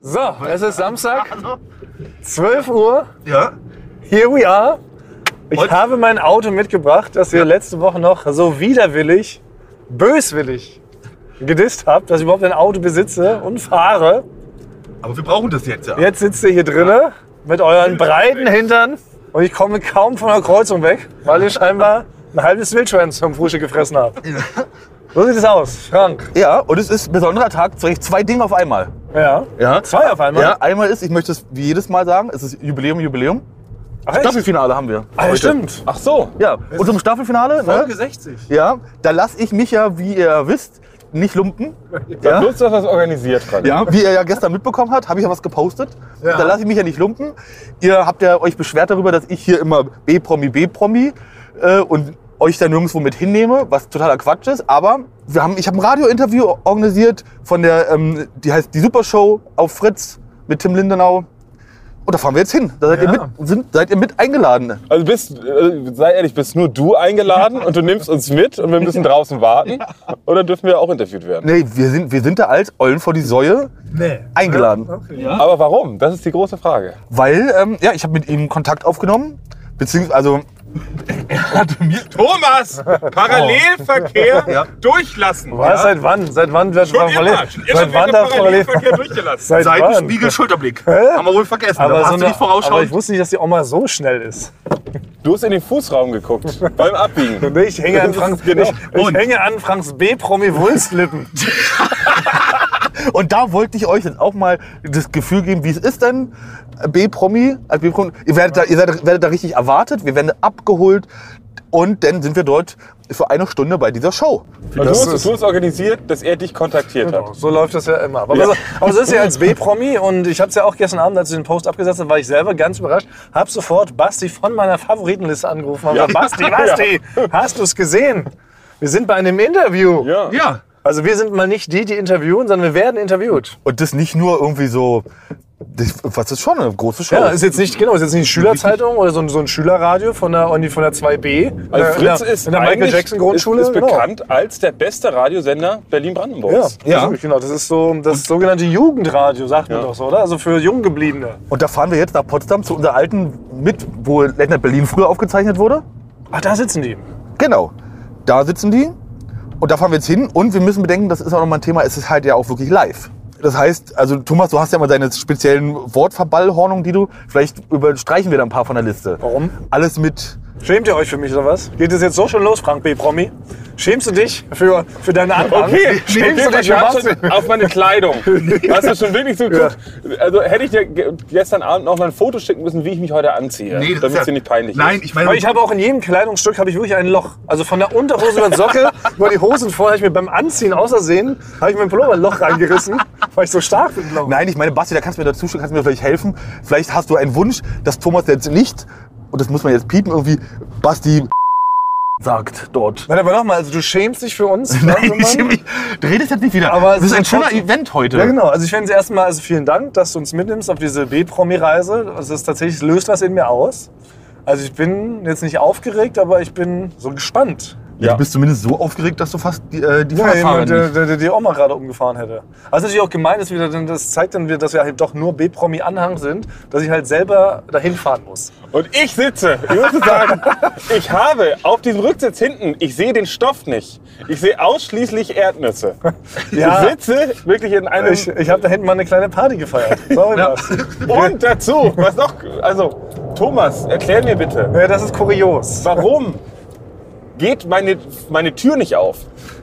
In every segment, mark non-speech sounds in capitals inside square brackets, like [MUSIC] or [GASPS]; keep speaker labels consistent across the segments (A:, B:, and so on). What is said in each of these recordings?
A: So, es ist Samstag,
B: Also,
A: 12 Uhr.
B: ja.
A: Here we are. Ich
B: Heute-
A: habe mein Auto mitgebracht, das ihr letzte Woche noch so widerwillig, böswillig gedisst habt, dass ich überhaupt ein Auto besitze und fahre.
B: Aber wir brauchen das jetzt, ja.
A: Jetzt sitzt ihr hier drinnen mit euren breiten Hintern und ich komme kaum von der Kreuzung weg, weil ihr scheinbar ein halbes Wildschwein zum Frühstück gefressen habt. So sieht es aus, Frank.
C: Ja, und es ist ein besonderer Tag, zwei- zwei Dinge auf einmal.
A: Ja.
C: Ja.
A: Zwei auf einmal?
C: Ja, einmal ist, ich möchte es wie jedes Mal sagen, es ist Jubiläum, Jubiläum.
A: Ach, echt?
C: Staffelfinale haben wir.
A: Ah, ja,
C: heute.
A: stimmt.
B: Ach so.
C: Ja, und zum Staffelfinale, ne,
B: 60.
C: ja, da lasse ich mich ja, wie ihr wisst, nicht lumpen.
D: Ja?
C: Ja.
D: Bloß, dass das organisiert gerade.
C: Ja, wie ihr ja gestern mitbekommen habt, habe ich ja was gepostet.
A: Ja.
C: Da lasse ich mich ja nicht lumpen. Ihr habt ja euch beschwert darüber, dass ich hier immer B-Promi, B-Promi äh, und euch da nirgendwo mit hinnehme, was totaler Quatsch ist. Aber wir haben, ich habe ein Radiointerview organisiert von der, ähm, die heißt die Supershow auf Fritz mit Tim Lindenau. Und da fahren wir jetzt hin. Da seid,
A: Ja.
C: ihr, mit, sind, seid ihr mit eingeladen.
D: Also bist, äh, sei ehrlich, bist nur du eingeladen und du nimmst uns mit und wir müssen draußen warten? Oder dürfen wir auch interviewt werden?
C: Nee, wir sind, wir sind da als Eulen vor die Säue
A: Nee.
C: eingeladen.
A: Okay.
D: Aber warum? Das ist die große Frage.
C: Weil, ähm, ja, ich habe mit ihm Kontakt aufgenommen. Beziehungsweise, also
B: Thomas!
A: [LAUGHS]
B: Parallelverkehr
C: Ja.
B: durchlassen.
A: Was? Seit wann? Seit wann wird
B: Schon immer.
A: parallel?
B: Schon immer
A: Seit wann
B: wird
A: darf parallel?
B: Parallelverkehr
A: [LAUGHS]
B: durchgelassen.
A: Seit wann?
B: Seitenspiegel, Schulterblick. Haben wir wohl vergessen.
A: Aber,
B: da
A: so
B: hast du nicht
A: eine, aber ich
B: vorausschauend.
A: wusste nicht, dass die Oma so schnell ist.
D: Du hast in den Fußraum geguckt beim Abbiegen.
A: Nee, Ich hänge an
D: Das ist
A: Franks,
D: genau.
A: ich, ich
C: Und?
A: hänge an Franks B-Promi-Wulstlippen.
C: Und da wollte ich euch jetzt auch mal das Gefühl geben, wie es ist denn, äh, B-Promi, als B-Promi. Ihr, werdet da, ihr werdet, werdet da richtig erwartet, wir werden abgeholt und dann sind wir dort für eine Stunde bei dieser Show.
D: Und du hast, du hast organisiert, dass er dich kontaktiert hat.
A: So läuft das ja immer. ab. Aber,
D: Ja.
A: So, aber so ist ja als B-Promi und ich habe es ja auch gestern Abend, als ich den Post abgesetzt habe, war ich selber ganz überrascht, habe sofort Basti von meiner Favoritenliste angerufen. und
D: Ja.
A: gesagt, Basti, Basti, hast du es gesehen? Wir sind bei einem Interview.
D: Ja.
B: Ja.
A: Also wir sind mal nicht die, die interviewen, sondern wir werden interviewt.
C: Und das nicht nur irgendwie so, das, was ist schon eine große Show.
D: Oh.
A: Ja, ist jetzt nicht, genau, ist jetzt nicht eine Schülerzeitung oder so ein, so ein Schülerradio von der, Uni- von der 2B.
D: Also Fritz
A: in der,
D: ist
A: in der Michael
D: eigentlich-
A: Jackson Grundschule.
D: ist, ist
A: genau.
D: bekannt als der beste Radiosender
A: Ja,
D: Berlin-Brandenburgs.
C: Ja.
A: ja. genau. Das ist so das sogenannte Jugendradio, sagt man doch so, oder? Also für Junggebliebene.
C: und da fahren wir jetzt nach Potsdam zu unserer alten mit, wo Leonard Berlin früher aufgezeichnet wurde.
A: Ach, da sitzen die.
C: Genau. Da sitzen die und da fahren wir jetzt hin und wir müssen bedenken, das ist auch nochmal ein Thema, es ist halt ja auch wirklich live. Das heißt, also Thomas, du hast ja mal deine speziellen Wortverballhornungen, die du, vielleicht überstreichen wir da ein paar von der Liste.
A: Warum?
C: Alles mit,
A: Schämt ihr euch für mich oder was? Geht es jetzt so schon los, Frank B. Promi? Schämst du dich für, für deine Anfang? schämst du dich für
D: ich hab
A: was?
D: schon
B: [LAUGHS]
D: auf meine Kleidung. Hast du schon wirklich so geguckt? Also hätte ich dir ge- gestern Abend noch mal ein Foto schicken müssen, wie ich mich heute anziehe,
B: Nee, das
D: damit
B: ist ja-
D: es dir nicht peinlich
B: Nein,
D: ist.
B: ich meine,
A: Aber ich habe auch in jedem Kleidungsstück habe ich wirklich ein Loch. Also von der Unterhose über den Sockel, [LAUGHS] über die Hosen vorne habe ich mir beim Anziehen außersehen, habe ich mir im Pullover ein Loch reingerissen, weil ich so stark bin, glaube ich.
C: nein, ich meine, Basti, da kannst du mir dazu kannst du mir vielleicht helfen. Vielleicht hast du einen Wunsch, dass Thomas jetzt nicht, und das muss man jetzt piepen, irgendwie Basti sagt dort.
A: Warte, aber nochmal, also du schämst dich für uns?
C: [LAUGHS] [LAUGHS] Nein,
A: Mann?
C: ich schäme mich. Dreh das jetzt nicht wieder.
A: Aber
C: das
A: es
C: ist ein
A: ist
C: schöner
A: trotzdem-
C: Event heute.
A: Ja, genau. Also ich finde es erstmal, also vielen Dank, dass du uns mitnimmst auf diese B-Promi-Reise. Also es ist tatsächlich, es löst was in mir aus. Also ich bin jetzt nicht aufgeregt, aber ich bin so gespannt.
C: Ja, Du bist zumindest so aufgeregt, dass du fast die, äh, die
A: Ja,
C: Fahrradfahrer
A: jemand,
C: nicht-
A: der, der, der die Oma gerade umgefahren hätte. Also natürlich auch gemein ist wieder, denn das zeigt dann wieder, dass wir halt doch nur B-Promi-Anhang sind, dass ich halt selber dahin fahren muss.
D: Und ich sitze, ich muss
B: [LAUGHS]
D: es sagen, ich habe auf diesem Rücksitz hinten, ich sehe den Stoff nicht. Ich sehe ausschließlich Erdnüsse.
A: Ja.
D: Ich sitze wirklich in einem...
A: Ich, ich habe da hinten mal eine kleine Party gefeiert. Sorry,
C: Ja.
A: was.
D: und dazu, was noch... Also, Thomas, erklär mir bitte,
A: Ja, das ist kurios.
D: warum geht meine, meine Tür nicht auf?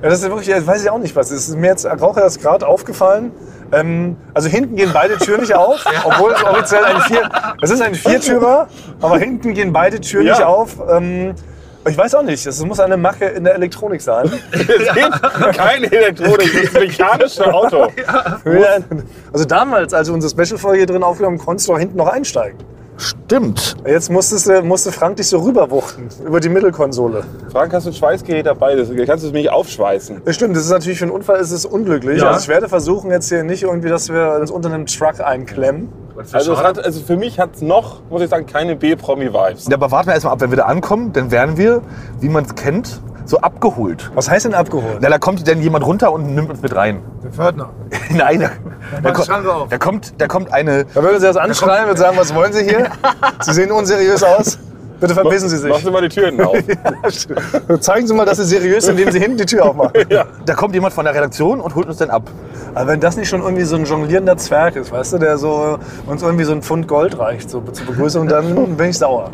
A: Ja, das ist wirklich, ja, weiß ich auch nicht was. Es ist mir jetzt auch erst gerade aufgefallen. Ähm, also hinten gehen beide Türen nicht auf, obwohl es offiziell ein Vier, es ist ein Viertürer, aber hinten gehen beide Türen
D: Ja.
A: nicht auf. Ähm, ich weiß auch nicht, es muss eine Macke in der Elektronik sein.
D: Es geht keine Elektronik, das ist ein mechanisches Auto.
A: Also damals, als wir unsere Special-Folge hier drin aufgenommen haben, konntest du auch hinten noch einsteigen.
C: Stimmt.
A: Jetzt musstest, du- musste Frank dich so rüberwuchten über die Mittelkonsole.
D: Frank, hast du ein Schweißgerät dabei? Das, kannst du es mich aufschweißen?
A: Das stimmt, das ist natürlich für einen Unfall ist es unglücklich.
B: Ja.
A: Also ich werde versuchen jetzt hier nicht irgendwie, dass wir uns unter einem Truck einklemmen.
D: Also, es hat, also für mich hat es noch, muss ich sagen, keine B-Promi-Vibes.
C: Ja, aber warten wir erstmal ab, wenn wir da ankommen, dann werden wir, wie man es kennt, so abgeholt.
A: Was heißt denn abgeholt?
C: Na, da kommt dann jemand runter und nimmt uns mit rein.
E: Der Pförtner.
C: [LAUGHS] Nein, da, da,
E: mach
C: ko-
E: Schranke auf.
C: da kommt, da kommt eine.
A: Da würde sie das anschreien und sagen, was wollen Sie hier? Sie sehen unseriös aus. Bitte verpissen Sie sich.
D: Machst du mal die Türen [LAUGHS] auf.
A: [LAUGHS] Zeigen Sie mal, dass Sie seriös sind, indem Sie hinten die Tür [LAUGHS] aufmachen.
C: Da kommt jemand von der Redaktion und holt uns dann ab.
A: Aber wenn das nicht schon irgendwie so ein jonglierender Zwerg ist, weißt du, der so uns irgendwie so ein Pfund Gold reicht, so zur Begrüßung, dann bin ich sauer.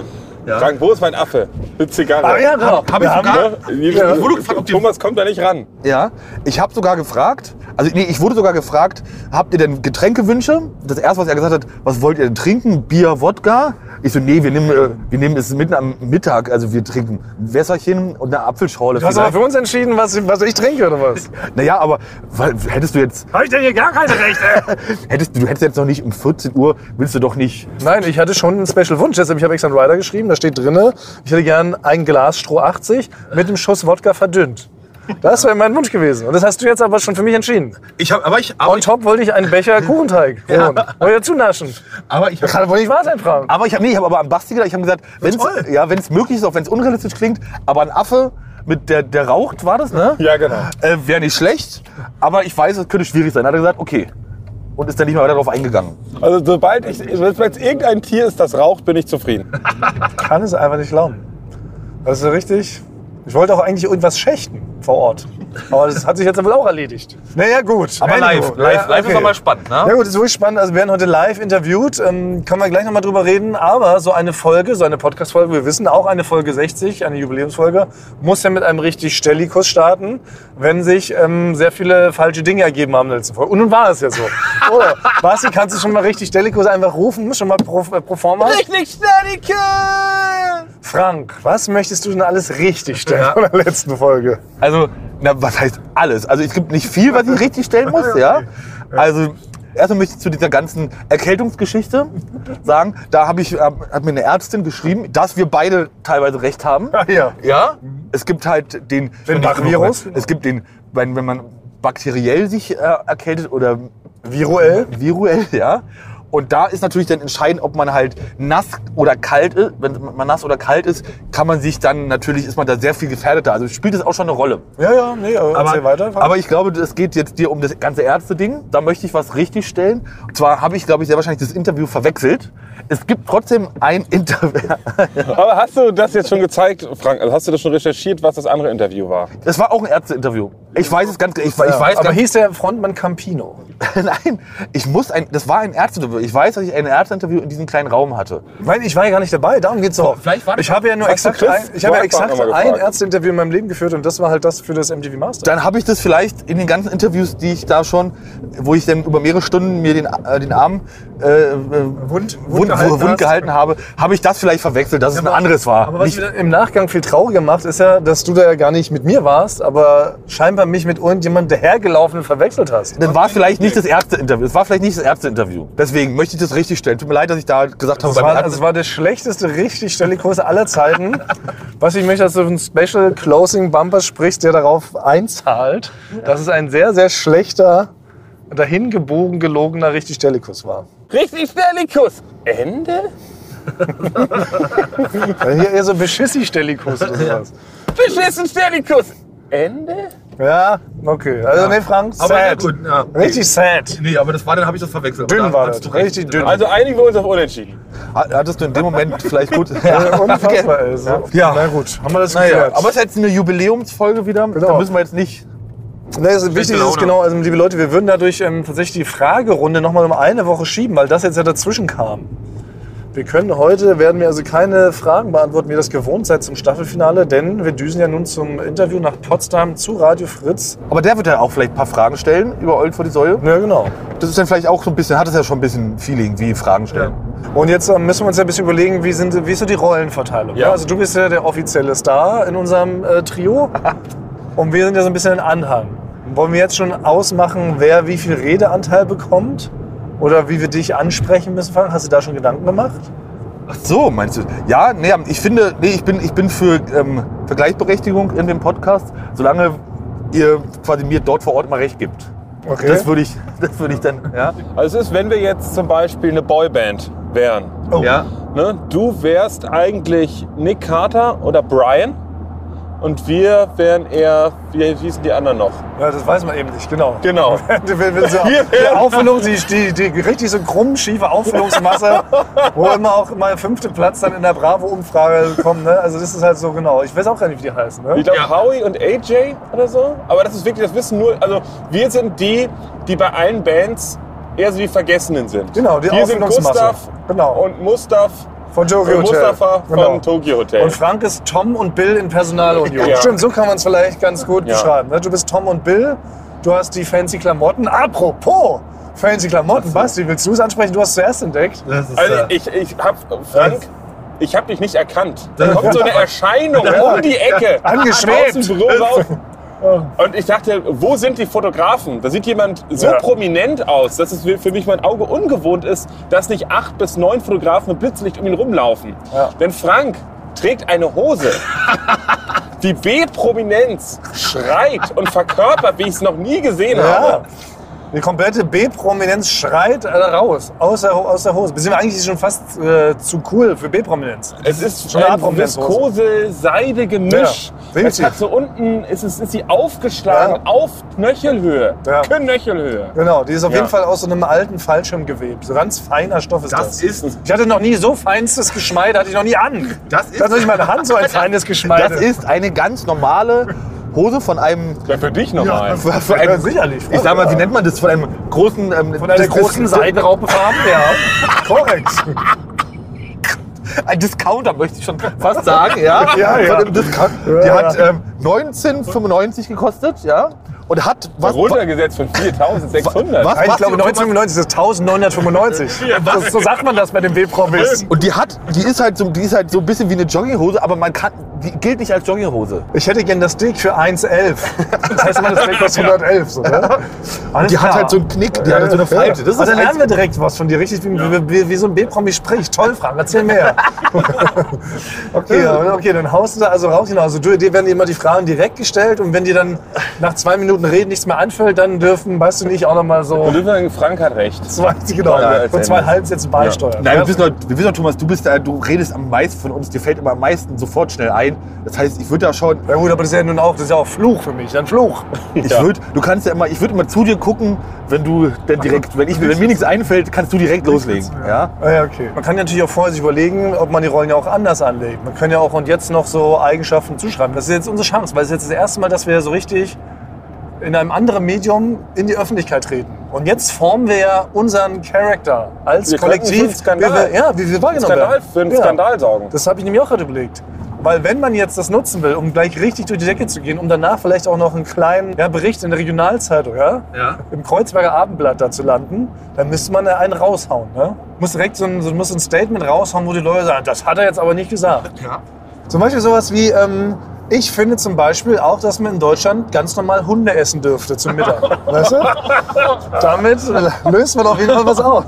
D: Frank, wo ist mein Affe? Eine Zigarre.
A: genau.
B: Hab ich
A: Wir haben-
B: sogar.
D: Ah, Ja.
B: Wurde gefragt, ob die-
D: Ne? Thomas kommt da nicht ran.
C: Ja, ich habe sogar gefragt, also nee, ich wurde sogar gefragt, habt ihr denn Getränkewünsche? Das erste, was er gesagt hat, was wollt ihr denn trinken? Bier, Wodka? Ich so, nee, wir nehmen, äh, wir nehmen es mitten am Mittag, also wir trinken ein Wässerchen und eine Apfelschorle.
A: Du hast aber für uns entschieden, was, was ich trinke oder was?
C: Naja, aber weil, hättest du jetzt,
A: Habe ich denn hier gar keine Rechte?
C: hättest du hättest jetzt noch nicht um 14 Uhr, willst du doch nicht.
A: Nein, ich hatte schon einen Special Wunsch. Deshalb, ich habe extra einen Rider geschrieben, da steht drinne, ich hätte gern ein Glas Stroh 80 mit einem Schuss Wodka verdünnt. Das wäre mein Wunsch gewesen. Und das hast du jetzt aber schon für mich entschieden.
B: Ich hab, aber ich, aber
A: On
B: ich,
A: top wollte ich einen Becher Kuchenteig. Ja. Wollte ja zunaschen.
B: aber ich,
A: Das kann wohl nicht wahr sein, Frank.
C: Aber ich habe nee, ich hab aber an Basti gedacht, ich habe gesagt, wenn
E: toll.
C: es ja, wenn's möglich ist, auch wenn es unrealistisch klingt, aber ein Affe, mit der, der raucht, war das, ne?
D: Ja, genau.
C: Äh, Wäre nicht schlecht, aber ich weiß, es könnte schwierig sein. Hat er gesagt, okay. Und ist dann nicht mehr weiter darauf eingegangen.
D: Also sobald ich, wenn es irgendein Tier ist, das raucht, bin ich zufrieden.
A: kann es einfach nicht glauben. Das ist so richtig. Ich wollte auch eigentlich irgendwas schächten vor Ort. Aber das hat sich jetzt wohl auch erledigt. Naja, gut.
C: Aber live, live, live ist nochmal spannend, ne?
A: Ja gut, das ist wirklich spannend. Also wir werden heute live interviewt, ähm, können wir gleich nochmal drüber reden. Aber so eine Folge, so eine Podcast-Folge, wir wissen auch eine Folge 60, eine Jubiläumsfolge, muss ja mit einem richtig Stellikus starten, wenn sich ähm, sehr viele falsche Dinge ergeben haben in der letzten Folge. Und nun war es ja so. Oder? Basti, kannst du schon mal richtig Stellikus einfach rufen? Schon mal pro, äh, pro forma?
C: Richtig Stellikus!
A: Frank, was möchtest du denn alles richtig stellen von der letzten Folge?
C: Also, na, was heißt alles? Also, es gibt nicht viel, was ich richtig stellen muss, [LAUGHS] ja? Also, erstmal möchte ich zu dieser ganzen Erkältungsgeschichte sagen, da habe ich, ähm, hat mir eine Ärztin geschrieben, dass wir beide teilweise recht haben.
A: ja.
C: [LAUGHS] Ja? Es gibt halt den,
A: Den Bach-Virus?
C: Es gibt den, wenn, wenn man bakteriell sich äh, erkältet oder
A: Viruell?
C: viruell, ja. Und da ist natürlich dann entscheidend, ob man halt nass oder kalt ist. Wenn man nass oder kalt ist, kann man sich dann natürlich ist man da sehr viel gefährdeter. Also spielt es auch schon eine Rolle.
A: Ja, ja, nee, aber erzähl weiter. Frank.
C: aber ich glaube, es geht jetzt dir um das ganze Ärzte-Ding. Da möchte ich was richtig stellen. Und zwar habe ich, glaube ich, sehr wahrscheinlich das Interview verwechselt. Es gibt trotzdem ein Interview.
D: Aber hast du das jetzt schon gezeigt, Frank? Also hast du das schon recherchiert, was das andere Interview war?
C: [LAUGHS] Es war auch ein Ärzte-Interview. Ich weiß es ganz, ich, ich weiß
A: aber
C: ganz
A: hieß der Frontmann Campino.
C: [LAUGHS] Nein, ich muss ein, das war ein Ärzteinterview. Ich weiß, dass ich ein Ärzteinterview in diesem kleinen Raum hatte.
A: Nein, ich war ja gar nicht dabei, darum geht's doch.
E: Vielleicht war das-
A: ich habe ja nur
D: Hast du
A: exakt,
D: Chris
A: ein, ich habe ja
D: Rock
A: exakt
D: noch mal
A: ein
D: gefragt?
A: Ärzteinterview in meinem Leben geführt und das war halt das für das MTV Master.
C: Dann habe ich das vielleicht in den ganzen Interviews, die ich da schon, wo ich dann über mehrere Stunden mir den, äh, den Arm äh, äh,
E: Wund,
C: wund, wund,
E: gehalten
C: gehalten,
E: hast.
C: habe, habe ich das vielleicht verwechselt, dass es ein anderes war.
A: Aber was
C: Nicht-
A: mir dann im Nachgang viel trauriger macht, ist ja, dass du da ja gar nicht mit mir warst, aber scheinbar mich mit irgendjemandem dahergelaufenen verwechselt hast.
C: dann war es vielleicht nicht das Ärzteinterview. Es war vielleicht nicht das Ärzteinterview. Deswegen möchte ich das richtig stellen. Tut mir leid, dass ich da gesagt habe,
A: Das war,
C: beim
A: also es war der schlechteste Richtigstellikurs aller Zeiten. Was ich möchte, dass du einen Special Closing Bumper sprichst, der darauf einzahlt, dass es ein sehr, sehr schlechter, dahingebogen gelogener Richtigstellikurs war.
D: Richtig Stellikus! Ende?
A: Also hier eher so Beschissi-Stellikurs oder sowas.
D: Beschissen Stellikus! Ende?
A: Ja, okay. Also nee, Frank, sad.
E: Aber ja, gut, ja.
A: Richtig sad.
E: Nee, aber das war, dann habe ich das verwechselt.
A: Dünn
E: Aber da
A: war
E: hattest
A: das.
E: du recht.
A: Richtig dünn.
D: [LAUGHS] Also einigen wir uns auf Unentschieden.
C: Hat- Hattest du in dem Moment
E: [LAUGHS]
C: vielleicht gut... [LAUGHS]
A: Also, unfassbar ist. Ja.
C: Ja.
A: Na gut, haben wir das
C: Naja,
A: geklärt. Genau.
C: aber es ist jetzt eine Jubiläumsfolge wieder. Da müssen wir jetzt nicht...
A: Nee, das ist wichtig ist
B: Laune.
A: genau, also liebe Leute, wir würden dadurch ähm, tatsächlich die Fragerunde nochmal um eine Woche schieben, weil das jetzt ja dazwischen kam. Wir können heute, werden wir also keine Fragen beantworten, wie ihr das gewohnt seid zum Staffelfinale, denn wir düsen ja nun zum Interview nach Potsdam zu Radio Fritz.
C: Aber der wird ja auch vielleicht ein paar Fragen stellen über Old vor die Säule.
A: Ja, genau.
C: Das ist dann vielleicht auch so ein bisschen, hat es ja schon ein bisschen Feeling, wie Fragen stellen.
A: Und jetzt ähm, müssen wir uns ja ein bisschen überlegen, wie, sind, wie ist so die Rollenverteilung?
D: Ja.
A: ne? Also du bist ja der offizielle Star in unserem äh, Trio und wir sind ja so ein bisschen ein Anhang. Wollen wir jetzt schon ausmachen, wer wie viel Redeanteil bekommt? Oder wie wir dich ansprechen müssen, Frank? Hast du da schon Gedanken gemacht?
C: Ach so, meinst du? Ja, nee, ich finde, nee, ich bin, ich bin für ähm, Vergleichberechtigung in dem Podcast, solange ihr quasi mir dort vor Ort mal recht gibt.
A: Okay.
C: Das würde ich, [LAUGHS] das würde ich dann, ja.
D: Also es ist, wenn wir jetzt zum Beispiel eine Boyband wären.
A: Oh.
C: ja.
D: Ne? Du wärst eigentlich Nick Carter oder Brian Und wir wären eher, wie hießen die anderen noch?
A: Ja, das weiß man eben nicht, genau.
D: Genau.
A: Wenn, wenn [LAUGHS] so
D: Hier,
A: [LAUGHS] die Auffüllung, die, die, die richtig so krumm schiefe [LAUGHS] Auffüllungsmasse, wo immer auch mal fünfte Platz dann in der Bravo-Umfrage kommt. Ne? Also das ist halt so genau. Ich weiß auch gar nicht, wie die heißen. Ne?
D: Ich glaube,
B: Ja.
D: Howie und AJ oder so. Aber das ist wirklich, das wissen nur, also wir sind die, die bei allen Bands eher so die Vergessenen sind.
A: Genau, die
D: Wir sind
A: Auffüllungsmasse.
D: Gustav
A: Genau.
D: und Mustaf
A: Von Tokyo
D: und
A: Hotel.
D: Mustafa
A: Genau.
D: von Tokyo Hotel.
A: Und Frank ist Tom und Bill in Personalunion.
D: Ja.
A: Stimmt, so kann man es vielleicht ganz gut
D: Ja.
A: beschreiben. ne? Du bist Tom und Bill, du hast die fancy Klamotten. Apropos fancy Klamotten, Basti, willst du es ansprechen? Du hast es zuerst entdeckt.
E: Das ist,
D: also
E: äh,
D: ich, ich hab, Frank, ich hab dich nicht erkannt. Da
E: Das-
D: kommt so eine Erscheinung um die Ecke.
A: Angeschwebt.
D: Aus dem Büro raus. Und ich dachte, wo sind die Fotografen? Da sieht jemand so
A: Ja.
D: prominent aus, dass es für mich mein Auge ungewohnt ist, dass nicht acht bis neun Fotografen mit Blitzlicht um ihn rumlaufen.
A: Ja.
D: Denn Frank trägt eine Hose. Die B-Prominenz schreit und verkörpert, wie ich es noch nie gesehen
A: Ja.
D: habe.
A: Die komplette B-Prominenz schreit alle raus, aus der, aus der Hose. Wir sind eigentlich schon fast äh, zu cool für B-Prominenz.
D: Es ist
A: Schon
D: schon
A: eine
D: ein
A: Abprominenz-Hose.
D: Viskose-Seide-Gemisch.
A: Ja, richtig.
D: es hat so unten, es ist, ist sie aufgeschlagen
A: Ja.
D: auf Knöchelhöhe.
A: Ja.
D: Knöchelhöhe.
A: Genau, die ist auf
D: Ja.
A: jeden Fall aus so einem alten Fallschirm gewebt. So ganz feiner Stoff ist das.
E: das ist,
A: ich hatte noch nie so feinstes Geschmeide, hatte ich noch nie an.
E: das ist,
A: Da hat noch nicht meine Hand so ein feines Geschmeide.
C: Das ist eine ganz normale Hose von einem.
D: Ja, für dich nochmal.
C: [LAUGHS] Von
A: ja,
C: einem
A: sicherlich.
C: ich sag mal, wie nennt man das? Von einem großen. Ähm,
A: Von einer
C: Dis-
A: großen
C: Dis-
A: Seidenraupe farben, ja. Korrekt.
C: Ein Discounter möchte ich schon
A: [LAUGHS]
C: fast sagen, ja.
A: Ja, ja.
C: Von einem Discount. Die hat ähm, 19,95 gekostet, ja. Und hat was.
D: Runtergesetzt von 4600.
C: Was?
A: Ich glaube 1995 ist 1995. Das, so sagt man das bei den W-Promis.
C: Und die hat, die ist halt so, die ist halt so ein bisschen wie eine Jogginghose, aber man kann, die gilt nicht als Jogginghose.
A: Ich hätte gern das Steak für 1,11. Das heißt immer, das Steak kostet 111. So, ne? Alles
C: Die hat
A: klar.
C: halt so einen Knick, die hat halt so eine Falte. Das
A: Das also
C: ist
A: dann lernen
C: halt,
A: wir direkt was von dir, richtig? Wie, wie, wie, wie so ein B-Promi spricht. Toll, Frank, erzähl
C: [LAUGHS]
A: mehr. okay, ja, okay, dann haust du da also raus. Genau, also du, dir werden immer die Fragen direkt gestellt und wenn dir dann nach zwei Minuten Reden nichts mehr anfällt, dann dürfen, weißt du nicht, auch nochmal [LAUGHS]
D: Wir
A: so
D: dürfen sagen, Frank hat recht.
A: zwei, genau,
D: Ja, erzähl
A: und zwei
D: mir.
A: Halbsätze beisteuern.
C: Nein, wir wissen, doch, wir wissen doch, Thomas, du bist da, du redest am meisten von uns, dir fällt immer am meisten sofort schnell ein. Das heißt, ich würde da schon,
A: Ja gut, aber das ist ja nun auch, das ist ja auch Fluch für mich, dann Fluch.
C: ich
D: Ja.
C: würde, du kannst ja immer, ich würde immer zu dir gucken, wenn du dann direkt, wenn ich, wenn mir nichts einfällt, kannst du direkt loslegen, ja?
A: Ah Ja, okay. Man kann natürlich auch vorher sich überlegen, ob man die Rollen ja auch anders anlegt. Man kann ja auch und jetzt noch so Eigenschaften zuschreiben. Das ist jetzt unsere Chance, weil es ist jetzt das erste Mal, dass wir so richtig in einem anderen Medium in die Öffentlichkeit treten. Und jetzt formen wir ja unseren Charakter als
D: Wir könnten für einen
A: Kollektiv.
D: Skandal-
A: wie wir, ja, wie wir wahrgenommen
D: Skandal
A: werden.
D: für einen
A: ja.
D: Skandal sorgen.
A: Das habe ich nämlich auch gerade überlegt. Weil wenn man jetzt das nutzen will, um gleich richtig durch die Decke zu gehen, um danach vielleicht auch noch einen kleinen ja, Bericht in der Regionalzeitung, ja?
E: ja.
A: im Kreuzberger Abendblatt da zu landen, dann müsste man da einen raushauen. Ne? Muss direkt so ein, so, muss ein Statement raushauen, wo die Leute sagen, das hat er jetzt aber nicht gesagt.
E: Ja.
A: Zum Beispiel sowas wie, ähm, ich finde zum Beispiel auch, dass man in Deutschland ganz normal Hunde essen dürfte zum Mittag. [LAUGHS] Weißt du? Damit löst man auf jeden Fall was auf.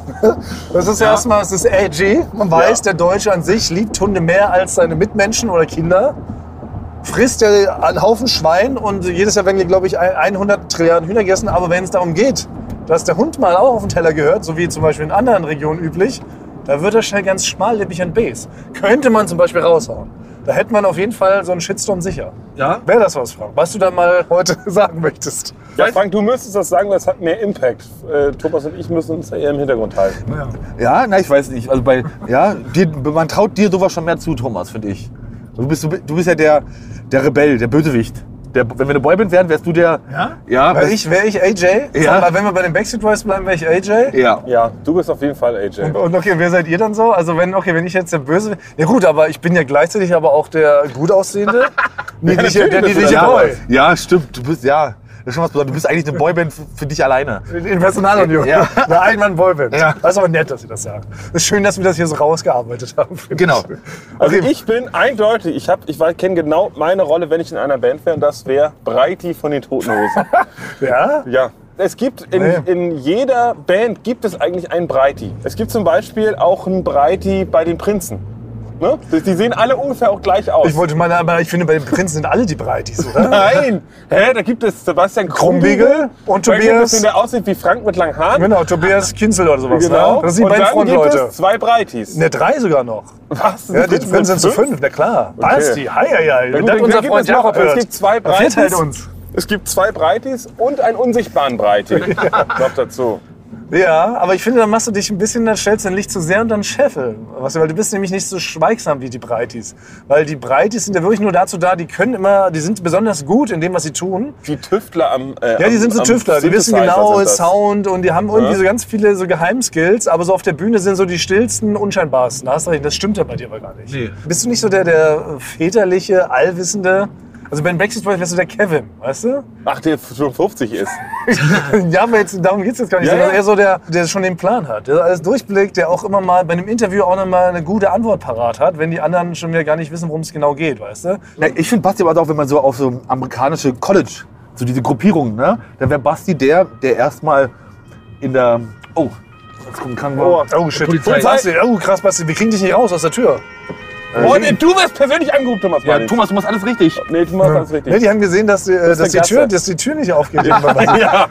A: Das ist ja. erstmal, es ist edgy. Man weiß, der Deutsche an sich liebt Hunde mehr als seine Mitmenschen oder Kinder. Frisst ja einen Haufen Schwein und jedes Jahr werden hier, glaube ich, 100 Trilliarden Hühner gegessen. Aber wenn es darum geht, dass der Hund mal auch auf den Teller gehört, so wie zum Beispiel in anderen Regionen üblich, da wird er schnell ganz schmallippig und bes. Könnte man zum Beispiel raushauen. Da hätte man auf jeden Fall so einen Shitstorm sicher.
E: Ja.
A: Wäre das was, Frank? Was du da mal heute [LAUGHS] sagen möchtest?
D: Ja, Frank, du müsstest das sagen, weil es hat mehr Impact. Äh, Thomas und ich müssen uns eher im Hintergrund halten.
C: Ja, na, ich weiß nicht, also bei, ja, dir, man traut dir sowas schon mehr zu, Thomas, finde ich. Du bist, du, bi- du bist ja der, der Rebell, der Bösewicht. Der, wenn wir eine Boyband wären, wärst du der, ja, ja,
A: Weil ich wäre ich AJ.
C: Ja.
A: Aber wenn wir bei den Backstreet Boys bleiben, wäre ich AJ.
C: ja.
D: Ja, du bist auf jeden Fall AJ.
A: Und okay, wer seid ihr dann so? Also wenn, okay, wenn ich jetzt der Böse Ja gut, aber ich bin ja gleichzeitig aber auch der gut aussehende.
C: [LAUGHS]
A: niedliche, der niedliche
C: ja,
A: Boy.
C: ja, stimmt. Du bist, ja, das ist schon was Besonderes. Du bist eigentlich eine Boyband für, für dich alleine.
A: In Personalunion.
C: Ja.
A: [LAUGHS] Eine Einmann-Boyband.
C: Ja.
A: Das ist aber nett, dass ihr das sagt. Es ist schön, dass wir das hier so rausgearbeitet haben. finde
C: Genau.
A: ich.
D: Also
A: Okay.
D: ich bin eindeutig, ich, hab- ich kenne genau meine Rolle, wenn ich in einer Band wäre, und das wäre Breiti von den Toten Hosen.
A: Ja?
D: Ja. Es gibt in,
A: Nee.
D: in jeder Band gibt es eigentlich einen Breiti. Es gibt zum Beispiel auch einen Breiti bei den Prinzen. Ne? Die die sehen alle ungefähr auch gleich aus.
A: Ich
D: [LAUGHS]
A: wollte mal, aber ich finde, bei den Prinzen sind alle die Breitis,
C: [LAUGHS]
A: oder?
D: Nein! Hä, da gibt es Sebastian Krumbiegel
A: Krumbiegel und
D: Frank
A: Tobias-
D: Nippes, der aussieht wie Frank mit langen Haaren.
A: Genau, Tobias Kinzel oder sowas.
C: Genau.
A: Ne? Das sind die
D: und
A: beiden
D: dann gibt
A: Frontleute.
D: es zwei Breitis.
A: Ne, drei sogar noch.
D: Was?
A: Ja, die Prinzen sind zu fünf, na klar. Basti, hei, hei, hei. Wenn
D: gut,
A: das
D: dann
A: unser
D: gibt
A: Freund
D: es noch-
A: Jakob
D: es
A: hört.
D: gibt zwei
A: dann verteilt
D: Breitis.
A: halt uns.
D: Es gibt zwei Breitis und einen
A: [LAUGHS]
D: unsichtbaren Breiti. Noch dazu.
A: Ja, aber ich finde, dann machst du dich ein bisschen, dann stellst du dein Licht zu sehr und dann Scheffel. Weißt du, weil du bist nämlich nicht so schweigsam wie die Breitis. Weil die Breitis sind ja wirklich nur dazu da, die können immer, die sind besonders gut in dem, was sie tun.
D: Wie Tüftler am äh,
A: Ja, die
D: am-
A: sind so
D: am
A: Tüftler, die wissen
D: Synthesizer
A: genau
D: sind das.
A: Sound und die haben irgendwie so ganz viele so Geheimskills, aber so auf der Bühne sind so die stillsten, unscheinbarsten. Da Hast du recht, das stimmt ja bei dir aber gar nicht.
E: Nee.
A: Bist du nicht so der, der allwissende, allwissende? Also bei den Backstreet Boys wärst du der Kevin, weißt du?
D: Ach, der 55 ist.
A: Ja, aber jetzt, darum geht's jetzt gar nicht,
D: Ja,
A: sondern
D: ja.
A: eher so der, der schon den Plan hat, der alles durchblickt, der auch immer mal bei einem Interview auch noch mal eine gute Antwort parat hat, wenn die anderen schon wieder gar nicht wissen, worum es genau geht, weißt du?
C: Na, ich finde Basti aber auch, wenn man so auf so amerikanische College, so diese Gruppierungen, ne, dann wäre Basti der, der erstmal in der. Oh, jetzt kommt ein Krankenwagen.
A: Oh shit,
E: Polizei.
A: Und Basti, oh krass, Basti, wir kriegen dich nicht raus aus der Tür.
D: Und äh, du wirst persönlich angerufen, Thomas
C: Ja,
D: Martin.
C: Thomas, du machst alles richtig.
D: Nee, Thomas, das ist richtig.
A: Ne, die haben gesehen, dass, die, äh, dass,
D: ist
A: die
D: eine
A: Tür,
D: Gasse.
A: dass die Tür nicht aufgeht. irgendwann
D: [LAUGHS]
A: mal.
D: Ja,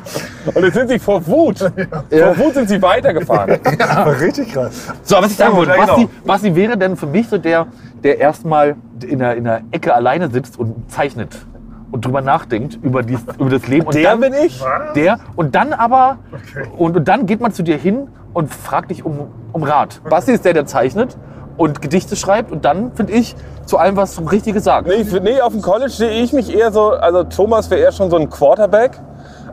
D: und jetzt sind sie vor Wut. Vor Wut sind sie
A: [LAUGHS]
D: weitergefahren.
A: War richtig krass.
C: So, aber was ich sagen
A: gut,
C: wollte,
A: ja,
C: Basti,
A: genau.
C: Basti wäre denn für mich so der, der erstmal in der, in der Ecke alleine sitzt und zeichnet und drüber nachdenkt über, dies, über das Leben. Und
D: Der
C: dann,
D: bin ich.
C: Der und dann aber und, und dann geht man zu dir hin und fragt dich um, um Rat. Basti ist der, der zeichnet und Gedichte schreibt und dann finde ich zu allem was Richtiges sagt.
D: Nee, ich, nee, auf dem College sehe ich mich eher so, also Thomas wäre eher schon so ein Quarterback.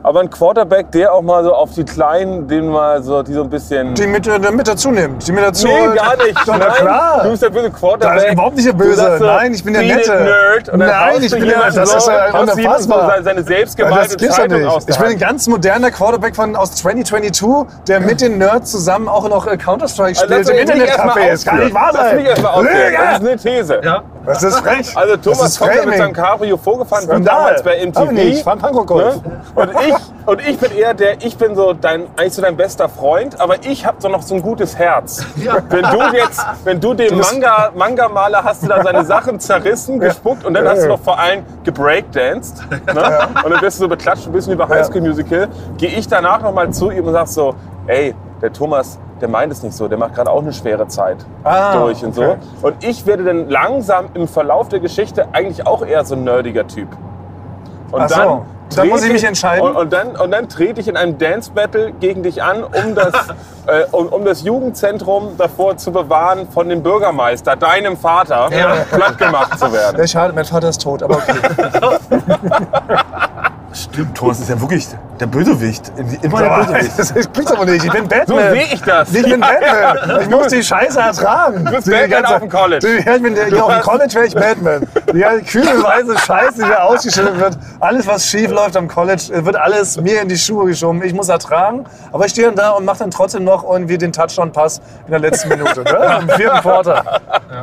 D: Aber ein Quarterback, der auch mal so auf die Kleinen, den mal so, die so ein bisschen.
A: Die mit, äh, mit dazu nimmt. Die mit dazu.
D: Nee, gar nicht.
A: Doch, [LAUGHS] na
D: Nein,
A: klar.
D: Du bist der böse Quarterback.
A: Das ist überhaupt nicht der
D: Du
A: Böse.
D: sagst so,
A: Nein, ich bin der
D: "Beat it,
A: Nette."
D: Nerd. Und dann
A: Nein,
D: haust
A: ich
D: du
A: bin der-
D: jemanden
A: das
D: so,
A: ist ja
D: haust jemanden
A: unfassbar.
D: So seine- seine
A: Ja,
D: selbstgemalte
A: das gibt's ja
D: Zeitung aus
A: nicht.
D: der
A: Ich bin ein
D: Hand.
A: ganz moderner Quarterback von, aus 2022, der mit den Nerds zusammen auch noch äh, Counter-Strike
D: Also
A: spielt
D: lass
A: im
D: mich nicht erstmal
A: Internetcafé. Das kann
D: ausführen.
A: nicht wahr
D: Lass
A: sein.
D: mich erstmal ausführen. Das ist
A: Lüge!
D: eine These.
A: Das ist frech.
D: Also
A: das
D: Thomas
A: ist
D: kommt ja mit
A: Framing.
D: seinem Cabrio vorgefahren, wie
A: Skandal.
D: damals bei MTV.
A: Hab ich nicht. Ich fahr einen Pankow-Golf.
D: Ne? Und ich, und ich bin eher der, ich bin so dein, eigentlich so dein bester Freund, aber ich habe so noch so ein gutes Herz. Wenn du jetzt, wenn du dem Manga, Manga-Maler hast du da seine Sachen zerrissen, gespuckt und dann hast du noch vor allem gebreakdanced. Ne? Und dann bist du so beklatscht, ein bisschen über High School Musical. Gehe ich danach nochmal zu ihm und sag so, ey, der Thomas, der meint es nicht so, der macht gerade auch eine schwere Zeit
A: Ah,
D: durch und
A: okay.
D: so. Und ich werde dann langsam im Verlauf der Geschichte eigentlich auch eher so ein nerdiger Typ. Und
A: Ach so. Dann
D: trete
A: muss ich mich entscheiden.
D: Und, und, dann, und dann trete ich in einem Dance Battle gegen dich an,
A: [LAUGHS]
D: um das, äh, um, um das Jugendzentrum davor zu bewahren, von dem Bürgermeister, deinem Vater, [LAUGHS] platt gemacht zu werden.
A: Ja, Äh, schade, mein Vater ist tot, aber okay.
C: Stimmt, Thomas ist ja wirklich der Bösewicht. Immer
A: [LAUGHS] das klingt aber nicht. Ich bin
D: So
A: Batman.
D: sehe ich das.
A: Ich bin
D: [LAUGHS]
A: Batman. Ich muss die Scheiße ertragen. Du
D: bist Batman auf dem College.
A: Ja, ich bin, ja, auf dem College wäre ich Batman. Die ganze kühle weiße Scheiße, die da ausgeschüttet wird. Alles, was schief läuft am College, äh, wird alles mir in die Schuhe geschoben. Ich muss ertragen. Aber ich stehe dann da und mache dann trotzdem noch irgendwie den Touchdown-Pass in der letzten Minute.
D: [LAUGHS]
A: Ne? Im vierten Quarter.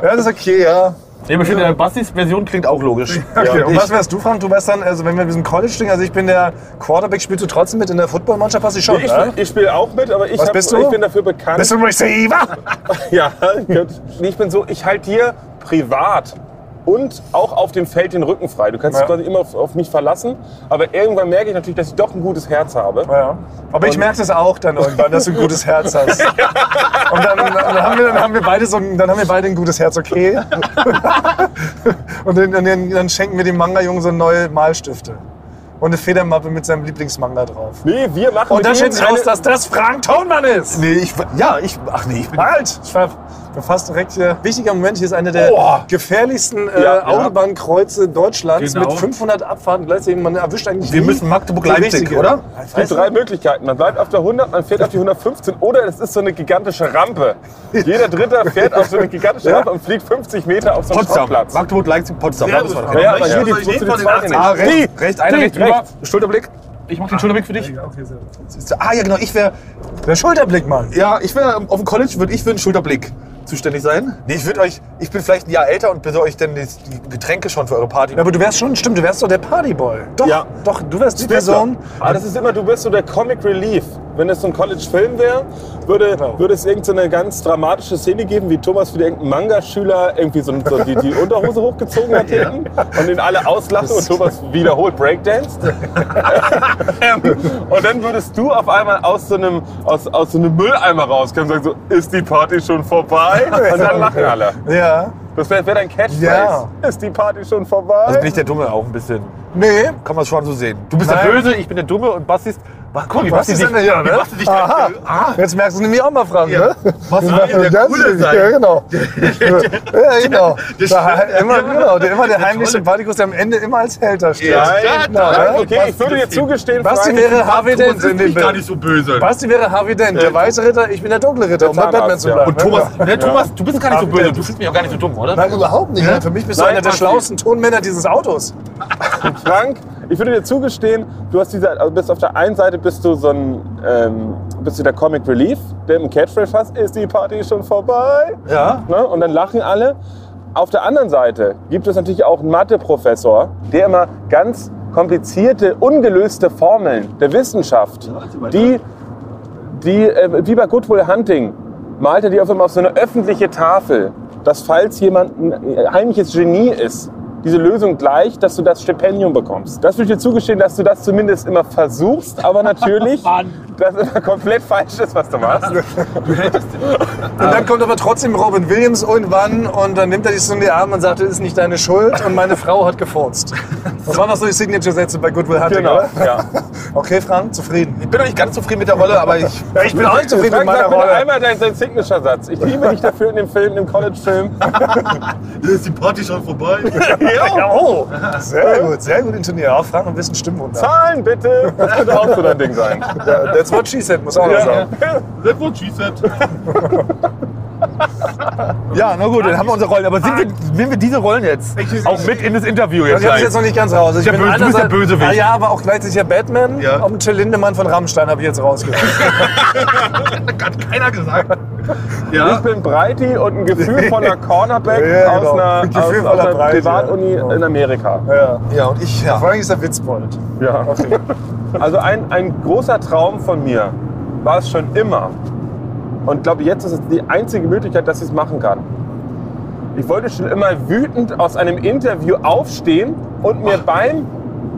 A: Ja, das ist okay, ja.
C: Nee, aber ich finde, Bastis Version klingt auch logisch.
A: Okay, und was wärst du, Frank? Du wärst dann, also wenn wir diesem College-Ding, also ich bin der Quarterback, spielst du trotzdem mit in der Footballmannschaft? Hast du schon,
D: Ich,
A: ne?
D: ich spiele auch mit, aber ich,
A: Was bist du?
D: ich bin dafür bekannt.
A: Bist du ein Receiver?
D: [LAUGHS] Ja, gut. Nee, ich bin so, ich halte dir privat und auch auf dem Feld den Rücken frei. Du kannst
A: Ja.
D: dich quasi immer auf, auf mich verlassen, aber irgendwann merke ich natürlich, dass ich doch ein gutes Herz habe.
A: Ja. Aber ich merke das auch dann irgendwann, dass du ein gutes Herz hast. [LAUGHS] Und dann, dann, haben, wir, dann, haben, wir beide so, ein- dann haben wir beide ein gutes Herz, okay? Und dann, dann, dann schenken wir dem Manga-Jungen so neue Malstifte. Und eine Federmappe mit seinem Lieblingsmanga drauf.
D: Nee, wir machen
A: Und
D: mit
A: dann
D: ihm
A: stellt sich
D: eine-
A: raus, dass das Frank Tonmann ist!
C: Nee, ich, ja, ich, ach nee, ich bin
A: Halt! Ich war bin fast direkt hier. Wichtiger Moment, hier ist eine der
C: Boah.
A: gefährlichsten äh,
D: Ja.
A: Autobahnkreuze Deutschlands
E: Genau.
A: mit 500 Abfahrten gleichzeitig. Man erwischt eigentlich
C: Wir
A: nie
C: müssen Magdeburg
A: die
C: Leipzig,
A: richtige.
C: oder?
A: Ich
D: Es
A: weiß
D: gibt drei Möglichkeiten. Man bleibt auf der 100, man fährt auf die 115 oder es ist so eine gigantische Rampe. Jeder Dritte fährt auf so eine gigantische Rampe und fliegt 50 Meter auf so einen
C: Potsdam.
D: Schrottplatz.
C: Magdeburg, Leipzig, Potsdam.
E: Ja,
C: da muss man
E: das
C: hin.
E: war-
D: Ja, aber
E: Ja,
D: hier die
E: soll ich
D: die
E: nehmen von den
D: zweite nicht.
E: Ah,
D: Die- die- rechts.
C: Schulterblick. Ich mach den Schulterblick für dich. Ah ja, genau. Ich wäre,
A: Der Schulterblick, Mann.
C: ja, ich wäre auf dem College würde ich für den Schulterblick zuständig sein. Nee, ich würde euch, ich bin vielleicht ein Jahr älter und besorge euch dann die die Getränke schon für eure Party.
A: Ja, aber du wärst schon, stimmt, du wärst doch der Partyboy. Doch,
D: Ja.
A: doch, du wärst die Person.
D: Aber das ist immer, du bist so der Comic Relief. Wenn es so ein College-Film wäre, würde,
C: Genau.
D: würde es irgendeine so eine ganz dramatische Szene geben, wie Thomas wieder irgendein Manga-Schüler irgendwie so, so die, die Unterhose hochgezogen
C: [LAUGHS]
D: hat hinten und ihn alle auslachen und Thomas wiederholt
C: [LAUGHS]
D: Breakdance.
C: Ähm.
D: und dann würdest du auf einmal aus so einem, aus, aus so einem Mülleimer rauskommen und sagen so, ist die Party
C: [LAUGHS]
D: schon vorbei? Und dann lachen alle.
A: Ja.
D: Das wäre wär dein Catchphrase.
A: Ja.
D: Ist die Party schon vorbei?
C: Also bin ich der Dumme auch ein bisschen.
A: Nee.
C: Kann man schon so sehen. Du bist
A: Nein.
C: der Böse, ich bin der Dumme und Basti ist. Guck mal, wie
A: Was ist denn hier, ne?
E: Machst du dich
A: Aha.
E: Ah,
A: Jetzt merkst du nämlich auch mal Fragen, ne?
E: was soll denn der
A: Ganz
E: Coole
A: richtig,
E: sein?
A: Ja, genau. ja, genau. Der, immer, genau, der, immer der heimliche
E: Trolle.
A: Partykurs, der am Ende immer als Held da steht.
E: Ja,
A: Ja,
E: da-
A: genau,
E: da-
A: ne?
D: okay, ich würde dir zugestehen,
A: Basti
D: Frank,
A: wäre Harvey
E: Thomas
A: Dent
E: ist
A: in dem
E: nämlich gar nicht
A: Bild.
E: so böse.
A: Basti wäre Harvey Dent, der weiße Ritter, ich bin der dunkle Ritter, um bei
D: Zahnarzt,
A: Batman zu
D: ja.
A: bleiben.
C: Und Thomas, ne, Thomas, du bist gar nicht so böse. Du findest mich auch gar nicht so dumm, oder?
A: Nein, überhaupt nicht. Für mich bist du
D: Nein,
A: einer der
D: Basti.
A: schlauesten Tonmänner dieses Autos.
D: Frank, ich würde dir zugestehen, du hast diese, also bist auf der einen Seite bist du so ein, ähm, bist du der Comic Relief, der im Catchphrase fasst, ist die Party schon vorbei?
A: Ja.
D: Ne? Und dann lachen alle. Auf der anderen Seite gibt es natürlich auch einen Mathe-Professor, der immer ganz komplizierte, ungelöste Formeln der Wissenschaft, die, die äh, wie bei Goodwill Hunting, malte die auf immer auf so eine öffentliche Tafel, dass falls jemand ein heimliches Genie ist, diese Lösung gleich, dass du das Stipendium bekommst. Das würde ich dir zugestehen, dass du das zumindest immer versuchst, aber natürlich, dass immer komplett falsch ist, was du machst.
A: Und
C: Ah.
A: dann kommt aber trotzdem Robin Williams irgendwann und dann nimmt er dich so in die Arme und sagt, es ist nicht deine Schuld und meine Frau hat gefurzt. Das waren doch so die Signature-Sätze bei Goodwill Hunting,
D: Genau,
A: oder?
D: ja.
A: [LAUGHS] Okay, Frank, zufrieden.
C: Ich bin auch nicht ganz zufrieden mit der Rolle, aber ich.
A: Ja, ich bin auch nicht zufrieden mit
D: Frank,
A: meiner
D: sag mir
A: Rolle.
D: einmal deinen dein Signature-Satz. Ich liebe dich dafür in dem Film, im College-Film.
E: Ist die Party schon
C: [LAUGHS]
E: vorbei?
A: Ja, oh, sehr gut, sehr gut intoniert. Auch Frank ein bisschen Stimmwunder.
D: Zahlen bitte! Das könnte auch so dein Ding sein.
A: Ja, That's what she said, muss auch noch sagen.
E: That's what she said.
C: Ja, na gut, dann haben wir unsere Rollen. Aber sind wir, nehmen wir diese Rollen jetzt auch mit in das Interview jetzt?
A: Also Ich hab's
C: gleich?
A: jetzt noch nicht ganz raus. Ich
C: Der Böse- du bist der
A: einerseits-
C: Bösewicht.
A: Ah, ja, aber auch gleichzeitig ja Batman.
E: Ja.
A: Und Till Lindemann von Rammstein habe ich jetzt rausgehört.
E: Hat keiner gesagt.
D: Ich bin Breiti und ein Gefühl von einer Cornerback
A: Ja, genau.
D: aus einer,
A: Ein Gefühl
D: aus,
A: voller
D: aus einer
A: Breite,
D: Privatuni
A: ja. Genau.
D: in Amerika.
A: ja.
C: Ja, und ich, ja.
A: Vor allem ist der Witzbold.
D: Ja. Also ein, ein großer Traum von mir war es schon immer. Und glaube, jetzt ist es die einzige Möglichkeit, dass ich es machen kann. Ich wollte schon immer wütend aus einem Interview aufstehen und mir beim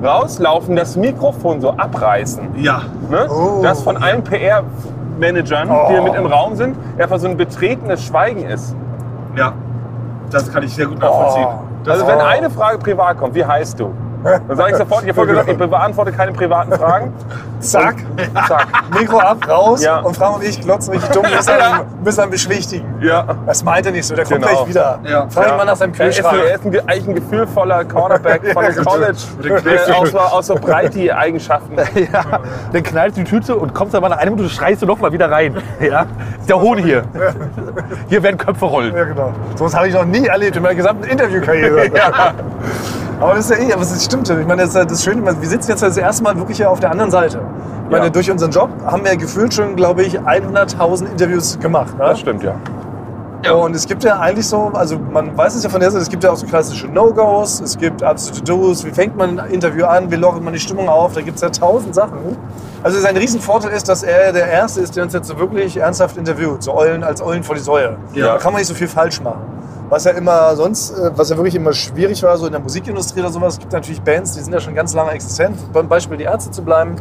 D: Rauslaufen das Mikrofon so abreißen.
E: Ja.
D: Ne?
A: Oh.
D: Das von allen PR-Managern,
C: Oh.
D: die mit im Raum sind, einfach so ein betretenes Schweigen ist.
E: Ja. Das kann ich sehr gut
C: Oh.
E: nachvollziehen. Das
D: also wenn eine Frage privat kommt, wie heißt du? Dann sage ich sofort, ich habe vorher gesagt, ich beantworte keine privaten
C: [LAUGHS]
D: Fragen.
A: Zack,
D: Zack.
A: Mikro ab, raus.
D: Ja.
A: Und Frank und ich glotzen richtig dumm. Wir müssen
D: Ja.
A: einen- müssen einen beschwichtigen.
D: Ja.
A: Das meint er nicht so, der kommt
D: Genau.
A: gleich wieder.
E: Ja.
A: Frag ihn
D: Ja.
A: mal nach seinem
D: Äh, Er ist, er
A: Kühlschrank.
D: ist ein, ge- eigentlich ein gefühlvoller Cornerback
C: [LAUGHS]
D: von dem College, der auch so, auch so Breiti-Eigenschaften.
C: [LAUGHS] Ja, dann knallst du die Tüte und kommst dann mal nach einer Minute, schreist du noch mal wieder rein. Ja, ist der Hohn
D: [LAUGHS]
C: hier. Hier werden Köpfe rollen.
A: Ja, genau. Sowas habe ich noch nie erlebt in meiner gesamten
D: [LAUGHS]
A: Interviewkarriere. Aber das ist ja eh, aber es stimmt. Ich meine, das ist ja das Schöne, wir sitzen jetzt das erste Mal wirklich hier auf der anderen Seite. Ich meine,
D: Ja.
A: durch unseren Job haben wir gefühlt schon, glaube ich, 100.000 Interviews gemacht. Ne?
D: Das stimmt ja.
A: Und es gibt ja eigentlich so, also man weiß es ja von der Seite, es gibt ja auch so klassische No-Gos, es gibt absolute Do's, wie fängt man ein Interview an, wie lockert man die Stimmung auf, da gibt es ja tausend Sachen. Also sein Riesenvorteil ist, dass er der Erste ist, der uns jetzt so wirklich ernsthaft interviewt, so Eulen als Eulen vor die Säue.
E: Ja.
A: Da kann man nicht so viel falsch machen. Was ja immer sonst, äh, was ja wirklich immer schwierig war, so in der Musikindustrie oder sowas, es gibt natürlich Bands, die sind ja schon ganz lange existent, beim Beispiel die Ärzte zu bleiben.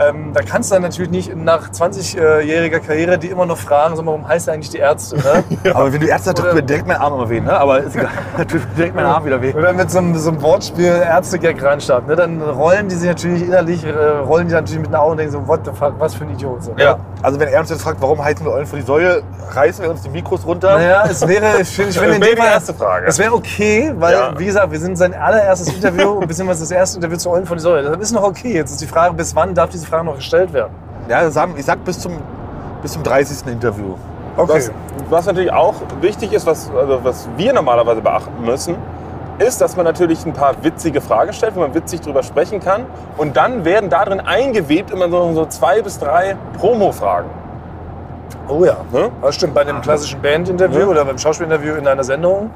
A: Ähm, da kannst du dann natürlich nicht nach 20-jähriger Karriere die immer noch fragen, sag mal, warum heißt er eigentlich die Ärzte? Ne?
C: Aber wenn du Ärzte hast, tut
A: Oder-
C: mir direkt mein Arm immer weh, ne? Aber ist egal. [LAUGHS] Da tut mir direkt mein Arm wieder weh.
A: Oder mit so einem, so einem Wortspiel Ärzte-Gag reinstarten, ne? dann rollen die sich natürlich innerlich, äh, rollen die natürlich mit den Augen und denken so, what the fuck, was für ein Idiot. So, ne?
C: Ja. Also wenn er uns jetzt fragt, warum heizen wir Eulen vor die Säule, reißen wir uns die Mikros runter.
A: Naja, es wäre, ich finde, ich finde in
D: wäre
A: dem
D: die
A: Fall,
D: erste Frage.
A: es wäre okay, weil,
D: Ja.
A: wie gesagt, wir sind sein allererstes Interview und beziehungsweise das erste Interview zu Eulen von die Säule. Deshalb ist noch okay. Jetzt ist die Frage, bis wann darf diese Frage noch gestellt werden?
C: Ja, Sam, ich sag bis zum, bis zum 30. Interview.
A: Okay.
D: Was natürlich auch wichtig ist, was, also was wir normalerweise beachten müssen, ist, dass man natürlich ein paar witzige Fragen stellt, wo man witzig drüber sprechen kann. Und dann werden darin eingewebt immer so, so zwei bis drei Promo-Fragen.
A: Oh ja.
D: Ne?
A: Das stimmt, bei einem klassischen Band-Interview
D: Ja.
A: oder beim Schauspielinterview in einer Sendung,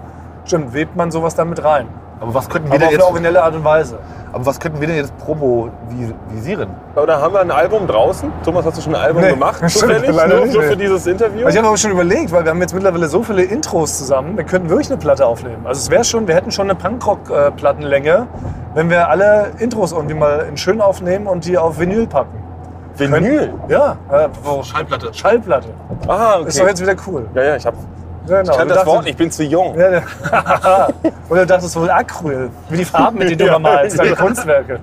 A: stimmt, webt man sowas damit rein.
C: Aber was könnten wir
A: Aber
C: denn
A: auf
C: jetzt,
A: eine originelle Art und Weise.
C: aber was könnten wir denn jetzt promovisieren?
D: Oder haben wir ein Album draußen? Thomas, hast du schon ein Album
A: Nee,
D: gemacht?
A: [LAUGHS] stimmt,
D: Zufällig?
A: leider
D: Nur,
A: nicht,
D: nur
A: nee.
D: für dieses Interview?
A: Also ich habe aber schon überlegt, weil wir haben jetzt mittlerweile so viele Intros zusammen, wir könnten wirklich eine Platte aufnehmen. Also es wäre schon, wir hätten schon eine Punkrock-Plattenlänge, wenn wir alle Intros irgendwie mal in schön aufnehmen und die auf Vinyl packen.
D: Vinyl?
A: Ja, äh, wo-
B: Schallplatte.
A: Schallplatte.
D: Ah,
A: Ist doch
D: okay.
A: jetzt wieder cool.
D: Ja, ja, ich, hab,
A: Genau.
D: ich kann
A: Du
D: das Wort
A: dachtest-
D: nicht, ich bin zu jung.
A: Ja, ja. [LAUGHS] Oder du dachtest wohl Acryl, wie die Farben, mit denen du
D: Ja.
A: immer malst, deine
D: [LAUGHS]
A: Kunstwerke.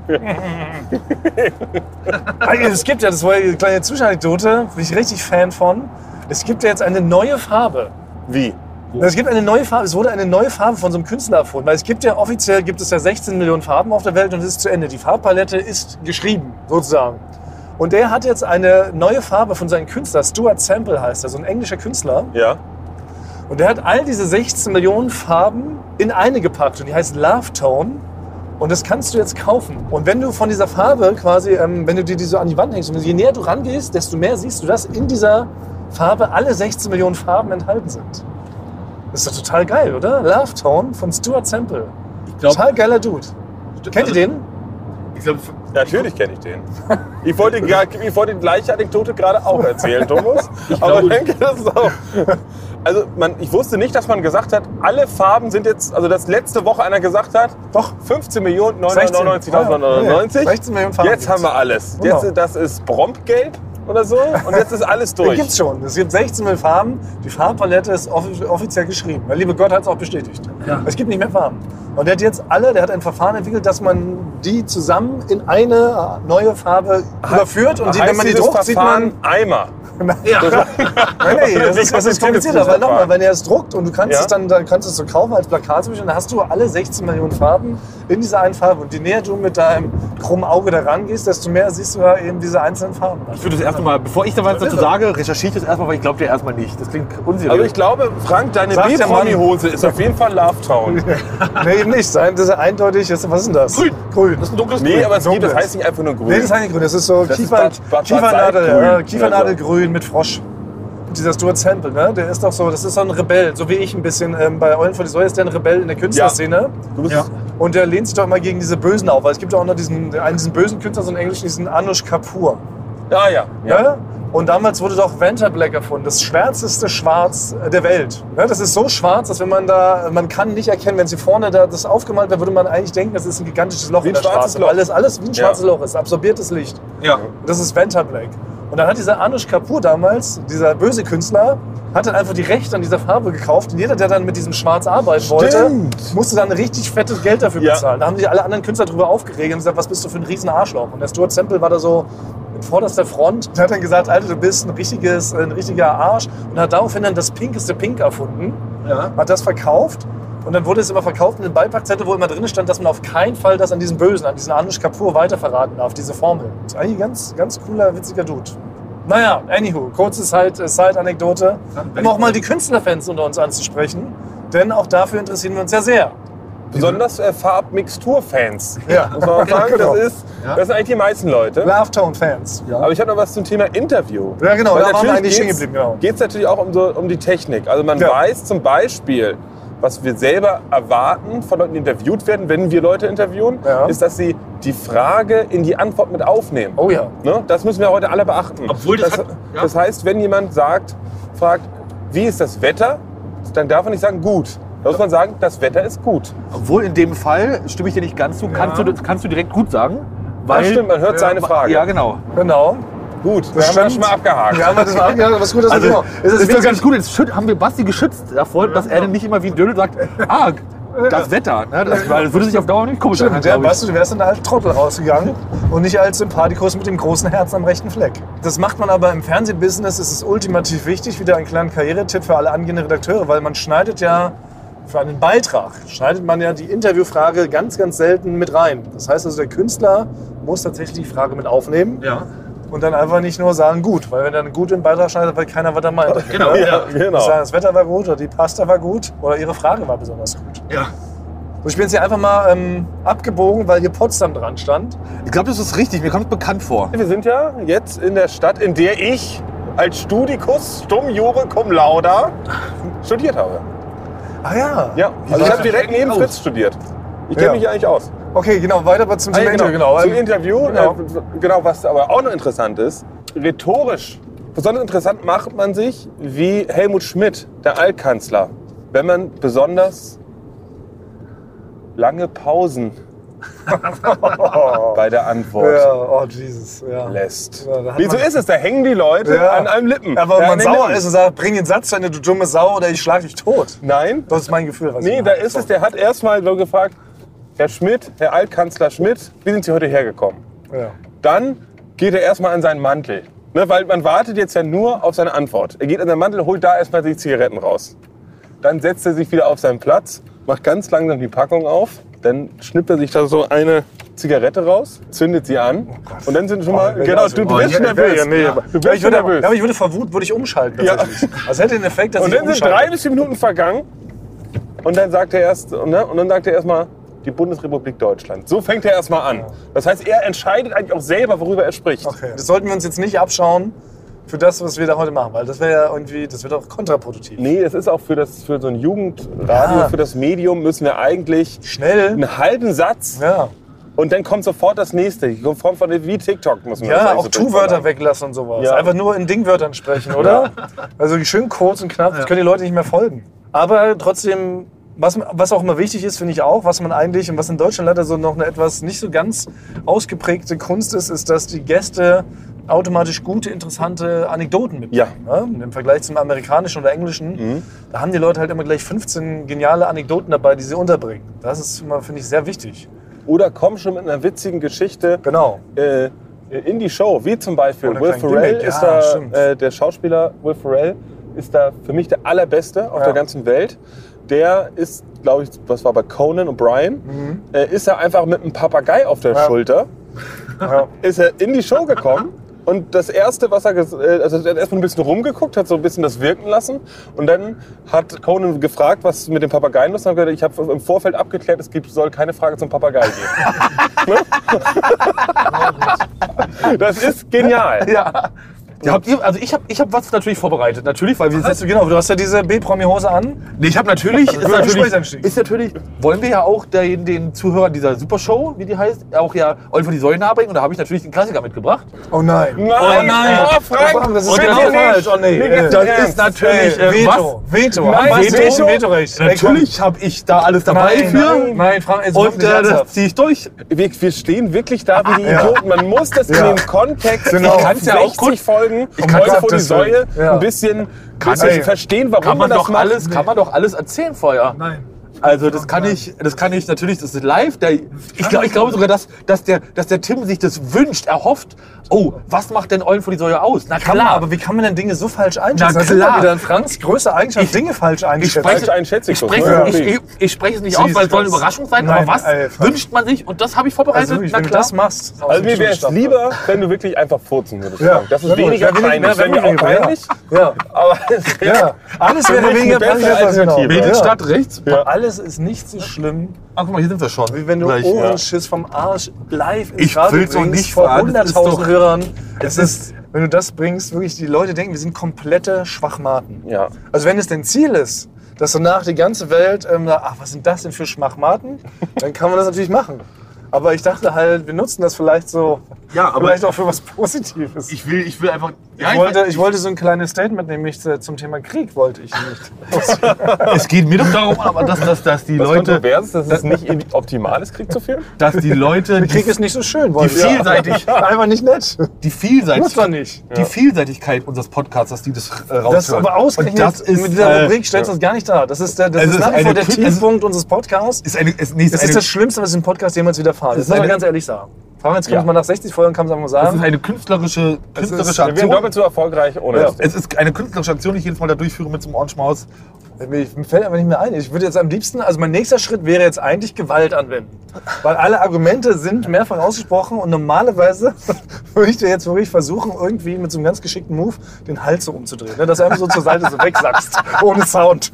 A: Also, es gibt ja, das war eine kleine Zwischenanekdote, bin ich richtig Fan von. Es gibt ja jetzt eine neue Farbe.
D: Wie?
A: Es gibt eine neue Farbe, es wurde eine neue Farbe von so einem Künstler erfunden, weil es gibt ja offiziell gibt es ja 16 Millionen Farben auf der Welt und es ist zu Ende. Die Farbpalette ist geschrieben, sozusagen. Und der hat jetzt eine neue Farbe von seinem Künstler, Stuart Sample heißt er, so ein englischer Künstler.
D: Ja.
A: Und der hat all diese 16 Millionen Farben in eine gepackt und die heißt Love Tone. Und das kannst du jetzt kaufen. Und wenn du von dieser Farbe quasi, ähm, wenn du dir die so an die Wand hängst, und je näher du rangehst, desto mehr siehst du, dass in dieser Farbe alle 16 Millionen Farben enthalten sind. Das ist doch total geil, oder? Love Tone von Stuart Semple.
E: Ich glaub-
A: total geiler Dude. Kennt ihr
D: also
A: den?
E: Ich glaube,
D: Ja, Natürlich kenne ich den. Ich wollte, gar- ich wollte die gleiche Anekdote gerade auch
A: [LAUGHS]
D: erzählen, Thomas. Aber ich
E: glaube-
D: denke, das ist auch. Also, man, ich wusste nicht, dass man gesagt hat, alle Farben sind jetzt, also dass letzte Woche einer gesagt hat, doch 15.999.999.
A: 16 Millionen Oh, Farben.
D: Jetzt haben wir alles. Jetzt, das ist Brompgelb oder so und jetzt ist
A: [LAUGHS]
D: alles
A: Den
D: durch.
A: gibt's schon. Es gibt 16 Millionen Farben. Die Farbpalette ist offi- offiziell geschrieben. Der liebe Gott hat es auch bestätigt.
E: Ja.
A: Es gibt nicht mehr Farben. Und der hat jetzt alle, der hat ein Verfahren entwickelt, dass man die zusammen in eine äh, neue Farbe überführt. Und die,
D: Heißt
A: wenn man die
D: dieses
A: druckt, sieht man. [LAUGHS]
D: Verfahren Eimer.
A: Nein, nee, das ist, das ist komplizierter. Weil nochmal, wenn er es druckt und du kannst
D: Ja.
A: es dann, dann kannst du es so kaufen als Plakat zum Beispiel, dann hast du alle 16 Millionen Farben in dieser einen Farbe. Und je näher du mit deinem krummen Auge da rangehst, desto mehr siehst du ja eben diese einzelnen Farben.
C: Ich würde das erstmal, bevor ich da was dazu sage, recherchiere ich das erstmal, weil ich glaube dir erstmal nicht. Das klingt unseriös.
D: Also ich glaube, Frank, deine
A: Sagt der Mann.
D: B-Promi-Hose ist auf jeden Fall Love Town.
A: [LAUGHS] Nee, eben nicht. Sein- Das ist eindeutig. Das- Was ist denn das? Grün. Grün.
C: das ist ein dunkles
D: Nee, aber es gibt,
A: Dunkles.
D: das heißt nicht einfach nur grün.
A: Nee, das ist eigentlich grün. Das ist so
D: Das ist
A: Kiefer,
D: Bad- Bad-
A: Kiefernadel,
D: Bad-
A: ja,
D: Grün.
A: Kiefernadelgrün mit Frosch. Und dieser Stuart Sample, ne? der ist doch so, das ist so ein Rebell, so wie ich ein bisschen. Ähm, bei Eulen von die Säule ist der ein Rebell in der Künstlerszene.
D: du bist
E: Ja.
A: Und der lehnt sich doch immer gegen diese Bösen auf, weil es gibt ja auch noch diesen, einen diesen bösen Künstler, so einen englischen, diesen Anush Kapoor.
D: Ah ja. ja.
A: Ne? Und damals wurde doch Vanta Black erfunden, das schwärzeste Schwarz äh, der Welt. Ne? Das ist so schwarz, dass wenn man da, man kann nicht erkennen, wenn sie vorne da das aufgemalt wäre, würde man eigentlich denken, das ist ein gigantisches Loch
D: Wie
A: in
D: ein
A: der
D: schwarzes
A: Straße.
D: Loch.
A: Alles, alles wie ein
D: Ja.
A: schwarzes Loch ist, absorbiertes Licht.
B: Ja.
A: Das ist Vanta Black. Und dann hat dieser Anush Kapoor damals, dieser böse Künstler, hat dann einfach die Rechte an dieser Farbe gekauft. Und jeder, der dann mit diesem Schwarz arbeiten wollte, musste dann richtig fettes Geld dafür
D: Ja.
A: bezahlen. Da haben sich alle anderen Künstler drüber aufgeregt und haben gesagt, was bist du für ein riesen Arschloch. Und der Stuart Semple war da so in vorderster Front und hat dann gesagt, Alter, du bist ein, richtiges, ein richtiger Arsch. Und hat daraufhin dann das pinkeste Pink erfunden
E: ja.
A: hat das verkauft und dann wurde es immer verkauft mit einem Beipackzettel, wo immer drin stand, dass man auf keinen Fall das an diesen Bösen, an diesen Anush Kapoor weiterverraten darf, diese Formel. Ist eigentlich ein ganz, ganz cooler, witziger Dude. Naja, anywho, kurze Side- äh, Side-Anekdote, um auch mal die Künstlerfans unter uns anzusprechen, denn auch dafür interessieren wir uns ja sehr.
D: Besonders äh, Farbmixtur-Fans.
A: Ja.
D: Muss man auch sagen,
A: Genau.
D: das, ist,
E: Ja.
D: das sind eigentlich die meisten Leute.
A: Love Town Fans.
D: Aber ich habe noch was zum Thema Interview.
A: Ja, genau,
D: Weil
A: da waren wir
D: natürlich
A: eigentlich stehen
D: geht's-
A: geblieben, genau.
D: geht es natürlich auch um, so, um die Technik. Also man
A: Ja.
D: weiß zum Beispiel, was wir selber erwarten von Leuten, die interviewt werden, wenn wir Leute interviewen,
A: Ja.
D: ist, dass sie die Frage in die Antwort mit aufnehmen.
A: Oh ja.
D: Ne? Das müssen wir heute alle beachten.
B: Obwohl das hat- ja.
D: das heißt, wenn jemand sagt, fragt, wie ist das Wetter, dann darf man nicht sagen gut. Da muss man sagen, das Wetter ist gut.
C: Obwohl in dem Fall stimme ich dir nicht ganz zu. Kannst, du, kannst du direkt gut sagen? Weil,
D: das stimmt, man hört seine Frage.
C: Ja, genau.
A: Genau.
D: Gut, äh, wir haben
A: stimmt.
D: das schon mal abgehakt.
A: Wir haben das mal abgehakt, was gut, dass
C: Also,
A: wir
C: es ist, doch
A: wichtig-
C: ganz gut. Jetzt schüt- haben wir Basti geschützt davor, dass er nicht immer wie ein Dödel sagt, ah, das Wetter. Ne? Das, weil das würde sich auf Dauer nicht komisch anhören,
A: Stimmt, ja,
C: glaub ich.
A: weißt du, du wärst dann als Trottel rausgegangen und nicht als Sympathikus mit dem großen Herz am rechten Fleck. Das macht man aber im Fernsehbusiness, ist es ultimativ wichtig, wieder einen kleinen Karrieretipp für alle angehenden Redakteure, weil man schneidet ja für einen Beitrag, schneidet man ja die Interviewfrage ganz, ganz selten mit rein. Das heißt also, der Künstler muss tatsächlich die Frage mit aufnehmen
E: Ja.
A: und dann einfach nicht nur sagen, gut, weil wenn er dann gut im Beitrag schneidet, weil keiner was er meint.
E: Genau.
D: Ja,
E: Ja.
A: Die
D: genau.
A: Sagen, das Wetter war gut oder die Pasta war gut oder ihre Frage war besonders gut.
E: ja.
A: Und ich bin jetzt hier einfach mal ähm, abgebogen, weil hier Potsdam dran stand.
C: Ich glaube, das ist richtig. Mir kommt es bekannt vor.
D: Wir sind ja jetzt in der Stadt, in der ich als Studikus Stum Jure Cum Lauda studiert habe.
A: Ah ja.
D: Ja, also ich habe direkt neben
E: Oh.
D: Fritz studiert. Ich kenne
A: Ja.
D: mich eigentlich aus.
A: Okay, genau, weiter zum, zum
D: Ah, ja,
A: Interview. Genau.
D: Zum Interview,
A: Genau.
D: genau. Äh, genau, was aber auch noch interessant ist, rhetorisch, besonders interessant macht man sich wie Helmut Schmidt, der Altkanzler, wenn man besonders
A: [LAUGHS]
D: lange Pausen bei der Antwort
A: ja, oh Jesus. Ja.
D: lässt.
A: Ja, da hat
D: Wieso
A: man-
D: ist es? Da hängen die Leute
A: Ja.
D: an allen Lippen.
A: Aber wenn
D: Ja,
A: man
D: an den
A: sauer
D: Lippen.
A: ist und sagt, bring den Satz zu Ende, du dumme Sau, oder ich schlag dich tot.
D: Nein,
A: Das ist mein Gefühl. Was
D: nee,
A: ich
D: da
A: mache.
D: ist es. Der hat erstmal so gefragt, Herr Schmidt, Herr Altkanzler Schmidt, wie sind Sie heute hergekommen?
A: Ja.
D: Dann geht er erstmal an seinen Mantel. Ne, weil man wartet jetzt ja nur auf seine Antwort. Er geht an seinen Mantel, holt da erstmal die Zigaretten raus. Dann setzt er sich wieder auf seinen Platz, macht ganz langsam die Packung auf. Dann schnippt er sich da so eine Zigarette raus, zündet sie an. und dann sind schon mal.
A: Oh,
D: genau,
A: also-
D: du
A: oh,
D: bist
A: ja,
D: nervös.
A: ja, nee,
D: Ja.
A: aber-
D: Du
A: Ja, ich
D: bist
A: würde,
D: nervös.
A: aber ich würde verwut, würde ich umschalten
D: Ja.
A: tatsächlich. Ja. Das hätte den Effekt, dass
D: Und
A: ich
D: dann sind
A: umschalte.
D: drei bis vier Minuten vergangen. Und dann sagt er erst, ne? und dann sagt er erstmal die Bundesrepublik Deutschland. So fängt er erstmal an. Das heißt, er entscheidet eigentlich auch selber, worüber er spricht.
A: Okay. Das sollten wir uns jetzt nicht abschauen für das, was wir da heute machen, weil das wäre ja irgendwie, das wird auch kontraproduktiv.
D: Nee, es ist auch für, das, für so ein Jugendradio,
A: Ja.
D: für das Medium müssen wir eigentlich
A: Schnell.
D: einen halben Satz
A: Ja,
D: und dann kommt sofort das nächste. Die kommt von wie TikTok müssen wir das
A: ja
D: eigentlich
A: auch
D: so
A: Tu-Wörter
D: durchverlangen.
A: weglassen und sowas.
D: Ja.
A: Einfach nur in Dingwörtern sprechen, oder? Also schön kurz und knapp, das können die Leute nicht mehr folgen. Aber trotzdem, was, was auch immer wichtig ist, finde ich auch, was man eigentlich und was in Deutschland leider so noch eine etwas nicht so ganz ausgeprägte Kunst ist, ist, dass die Gäste automatisch gute, interessante Anekdoten mitbringen. Ne? Im Vergleich zum amerikanischen oder englischen, da haben die Leute halt immer gleich 15 geniale Anekdoten dabei, die sie unterbringen. Das ist immer, finde ich, sehr wichtig.
D: Oder komm schon mit einer witzigen Geschichte
A: [LAUGHS] Genau.
D: äh, in die Show, wie zum Beispiel
A: Oder
D: Will
A: kleinen
D: Ferrell
A: Gimmick,
D: ist
A: ja, stimmt.
D: da, äh, der Schauspieler Will Ferrell ist da für mich der allerbeste auf
A: Ja.
D: der ganzen Welt. Der ist, glaube ich, was war bei Conan O'Brien, äh, ist er einfach mit einem Papagei auf der
A: Mhm. Ja.
D: Schulter,
A: Ja.
D: ist er in die Show gekommen. Und das erste, was er, ges- äh, also er hat erstmal ein bisschen rumgeguckt, hat so ein bisschen das wirken lassen. Und dann hat Conan gefragt, was mit dem Papageien los ist. Und hat gesagt, ich habe im Vorfeld abgeklärt, es gibt, soll keine Frage zum Papagei geben. [LAUGHS] Ne? das ist genial.
A: ja.
C: Ja, habt ihr, also ich habe ich hab was natürlich vorbereitet. Natürlich, weil wir
A: Hast du, genau, du hast ja diese B-Promi-Hose an.
C: Nee, ich habe natürlich, ist
A: ist ein
C: natürlich,
A: Gesprächsanstieg.
C: ist natürlich, wollen wir ja auch den, den Zuhörern dieser Supershow, wie die heißt, auch ja Oliver die Säule nahebringen. Und da habe ich natürlich den Klassiker mitgebracht.
A: Oh nein.
D: Nein,
A: Oh,
D: Oh, Frank,
A: das ist
D: und
A: genau
D: hier
A: falsch.
D: nicht.
A: Oh nee.
D: Mir geht's
A: Das
D: nicht
A: ist
D: ernst.
A: natürlich äh,
C: Ey,
A: Veto. Veto.
D: äh, Nein,
A: Was?
D: Veto?
A: Veto? Vetorecht. Ey, komm.
C: Natürlich habe ich da alles dabei
A: Nein,
C: für.
A: nein, nein, Frank, jetzt
C: Und
A: wirklich
C: äh, das
A: ernsthaft.
C: ziehe ich durch.
D: Wir, wir stehen wirklich da wie die Idioten. Man muss das
A: Ja.
D: in den Kontext,
A: Genau.
D: ich kann es ja auch gut folgen, ich
A: kann's
D: Leute
A: auch
D: vor die
A: das
D: Säule
A: sagen. Ja.
D: ein bisschen, bisschen
A: ey.
D: verstehen, warum
C: Kann man,
D: das
C: doch
D: macht.
C: alles, kann man doch alles erzählen vorher.
A: Nein.
C: Also das kann ich, das kann ich natürlich, das ist live. Der, ich glaube ich glaube sogar, dass, dass, der, dass der Tim sich das wünscht, erhofft. Oh, was macht denn Eulen vor die Säule aus? Na
A: Kann man,
C: klar,
A: aber wie kann man denn Dinge so falsch einschätzen?
C: Na
A: Das ist
C: klar.
A: immer wieder ein Franks größte Eigenschaft, Dinge falsch einschätzen.
D: spreche- falsch einschätzt,
C: ich
D: so,
C: spreche,
D: ne?
C: ich, ich, ich spreche es nicht aus, weil es soll eine Überraschung sein,
A: Nein,
C: aber was
A: ey, Frank.
C: wünscht man sich? Und das habe ich vorbereitet.
A: Also wirklich,
C: Na
A: wenn du
C: klar.
A: das machst,
D: Also mir wäre es lieber, wenn du wirklich einfach furzen würdest.
A: Ja.
D: Frank. Das ist
A: Wenn du-
D: weniger
A: wenn du-
D: peinlich.
A: ja,
D: Das
A: wenn
D: wäre
A: du-
D: mir auch
A: ja.
D: peinlich,
A: Ja.
D: aber es wäre
A: ja. Alles wäre
D: Wirklich
A: weniger
D: eine
A: peinlich
D: bessere
A: als genau.
D: Alternative.
A: Ja.
C: Stadt rechts.
A: Ja. Alles ist nicht so schlimm,
C: Ach, guck mal, hier sind wir schon.
A: wie wenn du
C: Gleich, ja.
A: Ohrenschiss vom Arsch live ins
C: Ich
A: Radio
C: will's doch
A: bringst
C: nicht
A: vor
C: fragen, das ist
A: 100.000
C: doch-
A: Hörern. Es ist, wenn du das bringst, wirklich die Leute denken, wir sind komplette Schwachmaten.
D: Ja.
A: Also wenn es dein Ziel ist, dass danach die ganze Welt, ähm, sagt, ach, was sind das denn für Schmachmaten, dann kann man das natürlich machen. Aber ich dachte halt, wir nutzen das vielleicht so,
E: Ja, aber-
A: vielleicht auch für was Positives. Ich,
E: Ich will, ich will einfach. Ja,
A: wollte, ich wollte so ein kleines Statement, nämlich zu- zum Thema Krieg wollte ich
C: [LAUGHS]
A: nicht.
C: Es geht mir doch darum, aber dass, dass, dass die
D: das
C: Leute,
D: kontrovers ist, dass es nicht optimal ist, Krieg zu führen.
C: dass die Leute, die,
A: Krieg ist nicht so schön,
C: die
A: wollte ich. [LAUGHS]
C: vielseitig,
A: Einfach nicht nett.
C: die
A: Muss
C: vielseitig,
A: doch nicht.
C: die Vielseitigkeit unseres Podcasts, dass die das äh, raushören.
A: Das ist aber ausgerechnet
C: Und das ist,
A: mit dieser
C: äh,
A: Rubrik stellst du uns gar nicht da. Das ist, der, das
C: Es
A: ist,
C: ist
A: nach wie
C: eine
A: vor der
C: Krieg- es ist-
A: Tiefpunkt unseres Podcasts.
C: Ist eine, ist, nee, ist
A: Das
C: eine,
A: ist das Schlimmste, was im Podcast jemals widerfahren ist. Das
C: Das ist
A: muss man
C: eine-
A: ganz ehrlich sagen. Fahren jetzt
D: Ja.
A: mal nach 60 Folgen, kann man es einfach mal
C: das ist
A: sagen.
C: eine künstlerische,
A: ist-
C: künstlerische
D: Wir wären
C: Aktion.
D: doppelt so erfolgreich ohne das.
C: Es ist eine künstlerische Aktion, die ich jedes Mal da durchführe mit so einem Ohrenschmaus.
A: Mir mir fällt einfach nicht mehr ein. Ich würde jetzt am liebsten, also mein nächster Schritt wäre jetzt eigentlich Gewalt anwenden. Weil alle Argumente sind mehrfach ausgesprochen und normalerweise [LAUGHS] würde ich dir jetzt wirklich versuchen, irgendwie mit so einem ganz geschickten Move den Hals so umzudrehen. Ne? Dass du einfach so zur Seite so wegsackst, [LAUGHS] ohne Sound.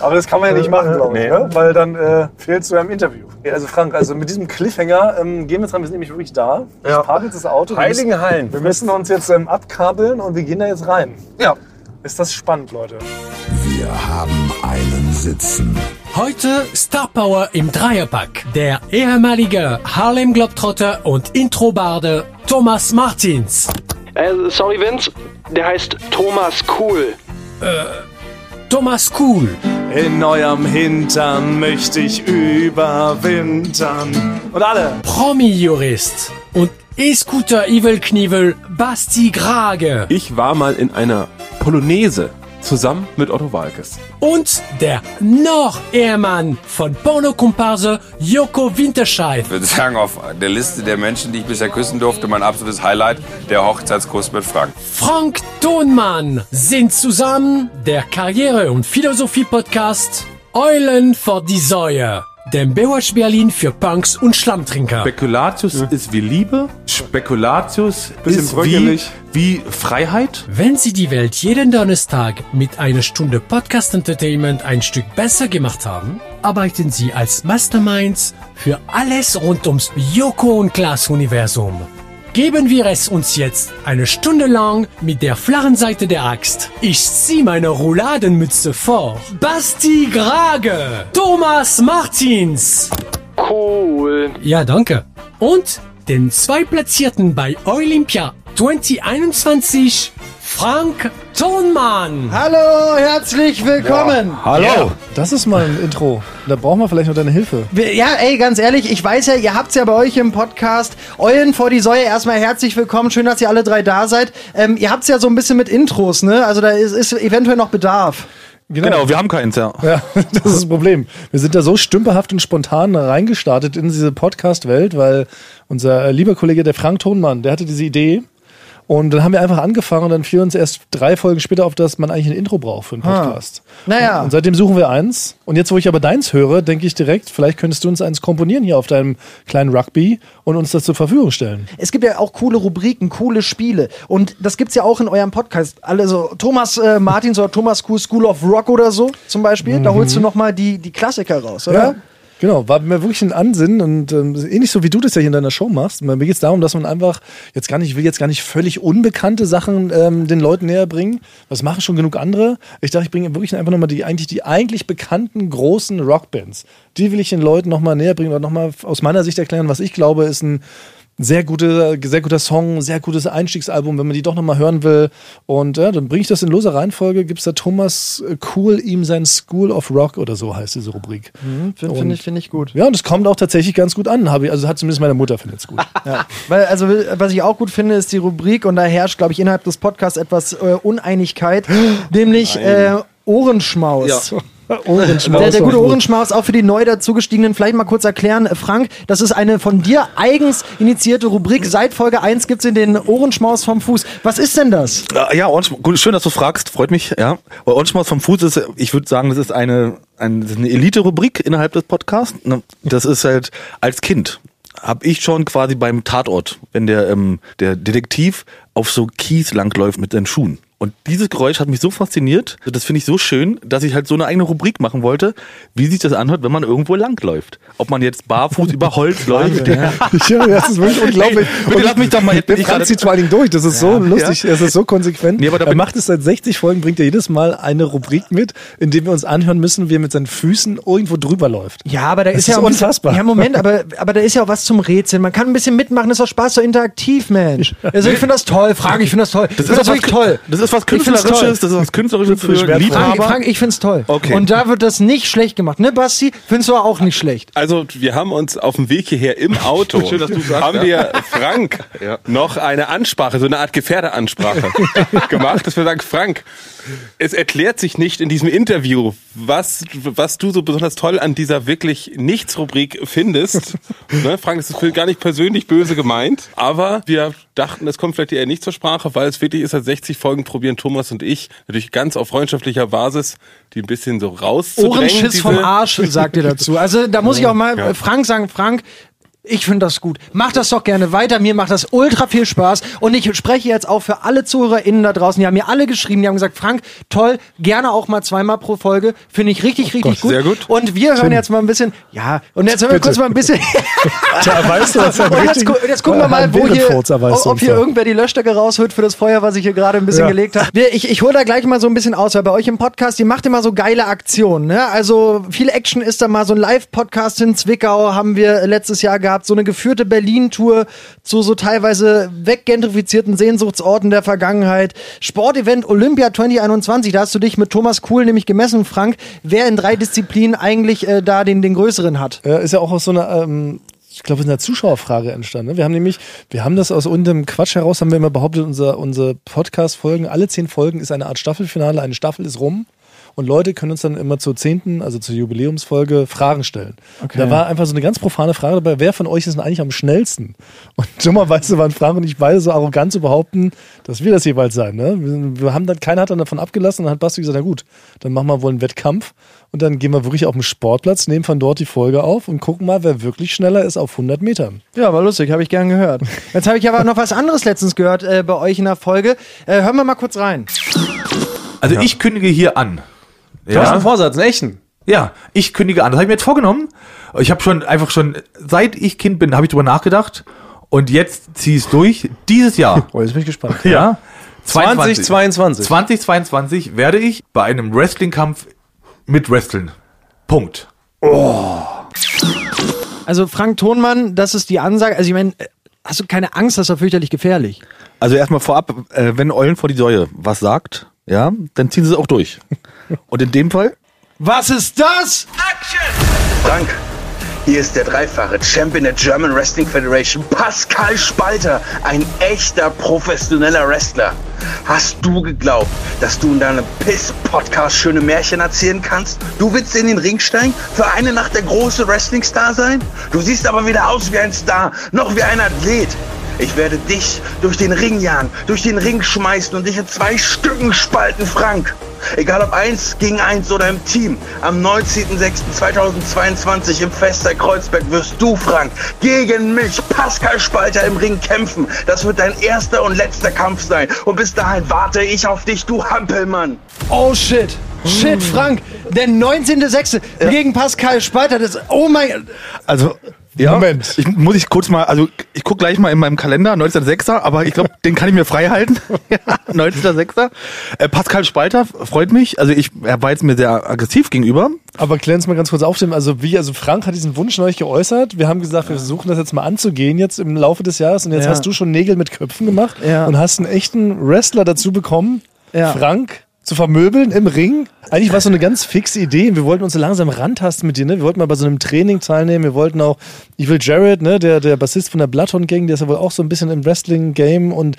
A: Aber das kann man ja nicht machen, glaube ich.
D: Nee.
A: Ne? Weil dann äh, fehlst du ja im Interview. Ja, also Frank, also mit diesem Cliffhanger ähm, gehen wir jetzt ran. Wir sind nämlich wirklich da. Ich parke jetzt das Auto. Wir müssen-
D: Heiligenhallen.
A: Wir müssen uns jetzt ähm, abkabeln und wir gehen da jetzt rein.
C: Ja,
A: Ist das spannend, Leute.
F: Wir Wir haben einen sitzen.
G: Heute Star Power im Dreierpack. Der ehemalige Harlem Globetrotter und Introbarde Thomas Martins.
H: Äh, sorry, Vince. Der heißt Thomas Cool.
G: Thomas Kuhl.
A: In eurem Hintern möchte ich überwintern. Und alle.
G: Promi-Jurist und E-Scooter Evil Knievel Basti Grage
I: Ich war mal in einer Polonaise zusammen mit Otto Walkes.
G: und der Noch-Ehemann von Pornokomparse Joko Winterscheid.
J: Ich würde sagen, auf der Liste der Menschen, die ich bisher küssen durfte, mein absolutes Highlight, der Hochzeitskuss mit Frank.
G: Frank Thonmann sind zusammen der Karriere- und Philosophie-Podcast Eulen vor die Säue. Dem BWatch Berlin für Punks und Schlammtrinker.
I: Spekulatius ist wie Liebe. Spekulatius
A: Bisschen
I: ist wie,
A: bröckelig.
I: wie Freiheit.
G: Wenn Sie die Welt jeden Donnerstag mit einer Stunde Podcast Entertainment ein Stück besser gemacht haben, arbeiten Sie als Masterminds für alles rund ums Joko und Klaas Universum. Geben wir es uns jetzt eine Stunde lang mit der flachen Seite der Axt. Ich zieh meine Rouladenmütze vor. Basti Grage, Thomas Martins.
H: Cool.
G: Ja, danke. Und den Zweitplatzierten bei Olympia 2021, Frank Thonmann.
A: Ah,
K: Hallo, herzlich willkommen.
A: Hallo. Das ist mal ein Intro. Da brauchen wir vielleicht noch deine Hilfe. [LAUGHS]
K: Ja. ey, ganz ehrlich, ich weiß ja, ihr habt's ja bei euch im Podcast. Eulen vor die Säue, erstmal herzlich willkommen. Schön, dass ihr alle drei da seid. Ähm, ihr habt's ja so ein bisschen mit Intros, ne? Also da ist, ist eventuell noch Bedarf.
C: Genau, wir haben keins, ja.
A: Ja, das ist das Problem. Wir sind da so stümperhaft und spontan reingestartet in diese Podcast-Welt, weil unser äh, lieber Kollege, der Frank Thonmann, der hatte diese Idee. Und dann haben wir einfach angefangen und dann fiel uns erst drei Folgen später auf, dass man eigentlich ein Intro braucht für einen
C: Ah.
A: Podcast.
K: Naja.
A: Und, und seitdem suchen wir eins. Und jetzt, wo ich aber deins höre, denke ich direkt, vielleicht könntest du uns eins komponieren hier auf deinem kleinen Rugby und uns das zur Verfügung stellen.
K: Es gibt ja auch coole Rubriken, coole Spiele. Und das gibt's ja auch in eurem Podcast. Also Thomas äh, Martins oder Thomas Kuh School of Rock oder so zum Beispiel. Da holst du nochmal die, die Klassiker raus, oder?
A: Mhm. Ja, genau. War mir wirklich ein Ansinnen und ähm, ähnlich so wie du das ja hier in deiner Show machst. Mir geht es darum, dass man einfach jetzt gar nicht, ich will jetzt gar nicht völlig unbekannte Sachen ähm, den Leuten näher bringen. Das machen schon genug andere. Ich dachte, ich bringe wirklich einfach nochmal die eigentlich, die eigentlich bekannten großen Rockbands. Die will ich den Leuten nochmal näher bringen oder nochmal aus meiner Sicht erklären, was ich glaube, ist ein sehr guter, sehr guter Song, sehr gutes Einstiegsalbum, wenn man die doch nochmal hören will. Und ja, dann bringe ich das in loser Reihenfolge. Gibt es da Thomas äh, Cool, ihm sein School of Rock oder so heißt diese Rubrik.
K: Finde
A: Und-
K: Mhm, find ich, find ich gut.
A: Ja, und es kommt auch tatsächlich ganz gut an. Habe ich, also hat zumindest meine Mutter findet es gut.
K: [LAUGHS] Ja. Weil, also, was ich auch gut finde, ist die Rubrik, und da herrscht, glaube ich, innerhalb des Podcasts etwas äh,
A: [GASPS]
K: Uneinigkeit, nämlich äh, Ohrenschmaus.
A: Ohrenschmaus.
K: Der, der gute [LAUGHS] Ohrenschmaus, auch für die neu dazugestiegenen, vielleicht mal kurz erklären, äh, Frank, das ist eine von dir eigens initiierte Rubrik. Seit Folge 1 gibt's in den Ohrenschmaus vom Fuß. Was ist denn das?
C: Äh, Ja, ja Orange, gut, schön, dass du fragst, freut mich, ja. Weil Orange Maus vom Fuß ist, ich würde sagen, das ist eine, ein, das ist eine Elite-Rubrik innerhalb des Podcasts. Ne? Das ist halt als Kind. Hab ich schon quasi beim Tatort, wenn der, ähm, der Detektiv auf so Kies langläuft mit seinen Schuhen. Und dieses Geräusch hat mich so fasziniert, das finde ich so schön, dass ich halt so eine eigene Rubrik machen wollte, wie sich das anhört, wenn man irgendwo langläuft. Ob man jetzt barfuß [LAUGHS] über Holz läuft. [LAUGHS] Ja.
A: Ja, das ist wirklich unglaublich.
C: bitte lass mich doch mal-
A: Der
C: ich
A: Franz
C: grad-
A: zieht vor allen Dingen durch. Das ist so lustig. Das ist so konsequent.
C: Nee, aber da
A: er
C: bin-
A: macht es seit 60 Folgen, bringt er jedes Mal eine Rubrik mit, in dem wir uns anhören müssen, wie er mit seinen Füßen irgendwo drüber läuft.
K: Ja, aber da
A: Das
K: ist, ja
A: ist
K: auch ein
A: unfassbar.
K: Bisschen, ja, Moment, aber, aber da ist ja auch was zum Rätseln. Man kann ein bisschen mitmachen, das ist doch Spaß, so interaktiv, Mensch. Also ich finde das toll, Frank, ich finde das toll. Das,
C: ist was
K: wirklich
C: Kün-
K: toll.
C: Das ist was
K: Ich find's toll.
C: Künstlerisches, das ist was Künstlerisches für
A: beschwert,
K: Frank,
C: Liebhaber.
K: Frank, ich find's toll.
I: Okay.
K: Und da wird das nicht schlecht gemacht, ne, Basti? Findest du auch nicht schlecht.
I: Also wir haben uns auf dem Weg hierher im Auto
C: [LAUGHS] Schön, dass du sagst,
I: haben
C: ja.
I: wir
C: [LAUGHS]
I: Frank noch eine Ansprache, so eine Art Gefährdeansprache gemacht, dass wir sagen, Frank, es erklärt sich nicht in diesem Interview, was, was du so besonders toll an dieser wirklich Nichts-Rubrik
C: [LAUGHS]
I: findest. ne, Frank, das ist gar nicht persönlich böse gemeint, aber wir dachten, es kommt vielleicht eher nicht zur Sprache, weil es wirklich ist, seit 60 Folgen probieren Thomas und ich natürlich ganz auf freundschaftlicher Basis, die ein bisschen so rauszudrängen.
K: Ohrenschiss vom
I: diese-
K: Arsch, sagt ihr dazu. Also da muss ich auch mal äh, Frank sagen, Frank, Ich finde das gut. Macht das doch gerne weiter. Mir macht das ultra viel Spaß. Und ich spreche jetzt auch für alle ZuhörerInnen da draußen. Die haben mir alle geschrieben, die haben gesagt, Frank, toll, gerne auch mal zweimal pro Folge. Finde ich richtig, richtig
D: Oh Gott,
K: gut.
D: sehr gut.
K: Und wir hören jetzt mal ein bisschen, ja, und jetzt hören wir
A: Bitte.
K: kurz mal
D: [LAUGHS]
K: ein bisschen.
A: Tja, weißt du, was ein
K: und jetzt,
A: richtig-
K: gu jetzt gucken wir mal, wo
A: ein
K: hier,
A: Bärenfurz erweist
K: ob
A: uns
K: hier
A: da.
K: irgendwer die Löschdecke rausholt für das Feuer, was ich hier gerade ein bisschen
A: Ja.
K: gelegt habe. Wir- Ich, ich hole da gleich mal so ein bisschen aus, weil bei euch im Podcast, ihr macht immer so geile Aktionen. Ne? Also viel Action ist da mal so ein Live-Podcast in Zwickau haben wir letztes Jahr gehabt, so eine geführte Berlin-Tour zu so teilweise weggentrifizierten Sehnsuchtsorten der Vergangenheit. Sportevent Olympia 2021, da hast du dich mit Thomas Kuhl nämlich gemessen, Frank, wer in drei Disziplinen eigentlich äh, da den, den größeren hat.
A: Ja, Äh, ist ja auch aus so einer, ähm, ich glaube, aus einer Zuschauerfrage entstanden. ne? Wir haben nämlich, wir haben das aus unserem Quatsch heraus, haben wir immer behauptet, unser, unsere Podcast-Folgen, alle zehn Folgen ist eine Art Staffelfinale, eine Staffel ist rum. Und Leute können uns dann immer zur zehnten, also zur Jubiläumsfolge, Fragen stellen.
G: Okay.
A: Da war einfach so eine ganz profane Frage dabei, wer von euch ist denn eigentlich am schnellsten? Und dummerweise waren Frank und ich beide so arrogant zu behaupten, dass wir das jeweils sein. Ne? Wir- Wir haben dann, keiner hat dann davon abgelassen, dann hat Basti gesagt, na gut, dann machen wir wohl einen Wettkampf und dann gehen wir wirklich auf den Sportplatz, nehmen von dort die Folge auf und gucken mal, wer wirklich schneller ist auf 100 Metern.
K: Ja, war lustig, habe ich gern gehört. Jetzt habe ich aber noch was anderes letztens gehört äh, bei euch in der Folge. Äh, hören wir mal kurz rein.
L: Also ich kündige hier an.
G: Du hast einen
L: Vorsatz, einen echten. Ja, ich kündige an. Das habe ich mir jetzt vorgenommen. Ich habe schon einfach schon, seit ich Kind bin, habe ich drüber nachgedacht. Und jetzt ziehe ich es durch. Dieses [LAUGHS] Jahr.
A: Oh, jetzt bin ich gespannt.
L: Ja.
G: 2022.
L: 2022 werde ich bei einem Wrestling-Kampf mit wresteln. Punkt.
K: Also Frank Thonmann, das ist die Ansage. Also ich meine, äh, hast du keine Angst, das ist doch fürchterlich gefährlich.
M: Also erstmal vorab, äh, wenn Eulen vor die Säue was sagt, ja, dann ziehen sie es auch durch. Und in dem Fall?
K: Was ist das?
N: Danke. Hier ist der dreifache Champion der German Wrestling Federation, Pascal Spalter, ein echter professioneller Wrestler. Hast du geglaubt, dass du in deinem Piss-Podcast schöne Märchen erzählen kannst? Du willst in den Ring steigen, für eine Nacht der große Wrestling-Star sein? Du siehst aber weder aus wie ein Star, noch wie ein Athlet. Ich werde dich durch den Ring jagen, durch den Ring schmeißen und dich in zwei Stücken spalten, Frank. Egal ob eins gegen eins oder im Team, am 19.06.2022 im Fester Kreuzberg wirst du, Frank, gegen mich, Pascal Spalter, im Ring kämpfen. Das wird dein erster und letzter Kampf sein. Und bis dahin warte ich auf dich, du Hampelmann.
K: Oh shit. Shit, Frank, der 19.06. gegen Pascal Spalter. Das, oh mein
M: Also, ja. Moment. Ich, muss ich kurz mal, also ich gucke gleich mal in meinem Kalender, 19.06., aber ich glaube, den kann ich mir frei halten. [LAUGHS] Ja, 19.06. Äh, Pascal Spalter freut mich. Also ich, er war jetzt mir sehr aggressiv gegenüber.
A: Aber klär uns mal ganz kurz auf dem, also wie, also Frank hat diesen Wunsch neulich geäußert. Wir haben gesagt, wir versuchen das jetzt mal anzugehen jetzt im Laufe des Jahres und jetzt
G: Ja.
A: hast du schon Nägel mit Köpfen gemacht
G: Ja.
A: und hast einen echten Wrestler dazu bekommen,
G: Ja.
A: Frank zu vermöbeln im Ring. Eigentlich war es so eine ganz fixe Idee. Wir wollten uns so langsam rantasten mit dir. Ne? Wir wollten mal bei so einem Training teilnehmen. Wir wollten auch Evil Jared, ne? der, der Bassist von der Bloodhound Gang, der ist ja wohl auch so ein bisschen im Wrestling-Game und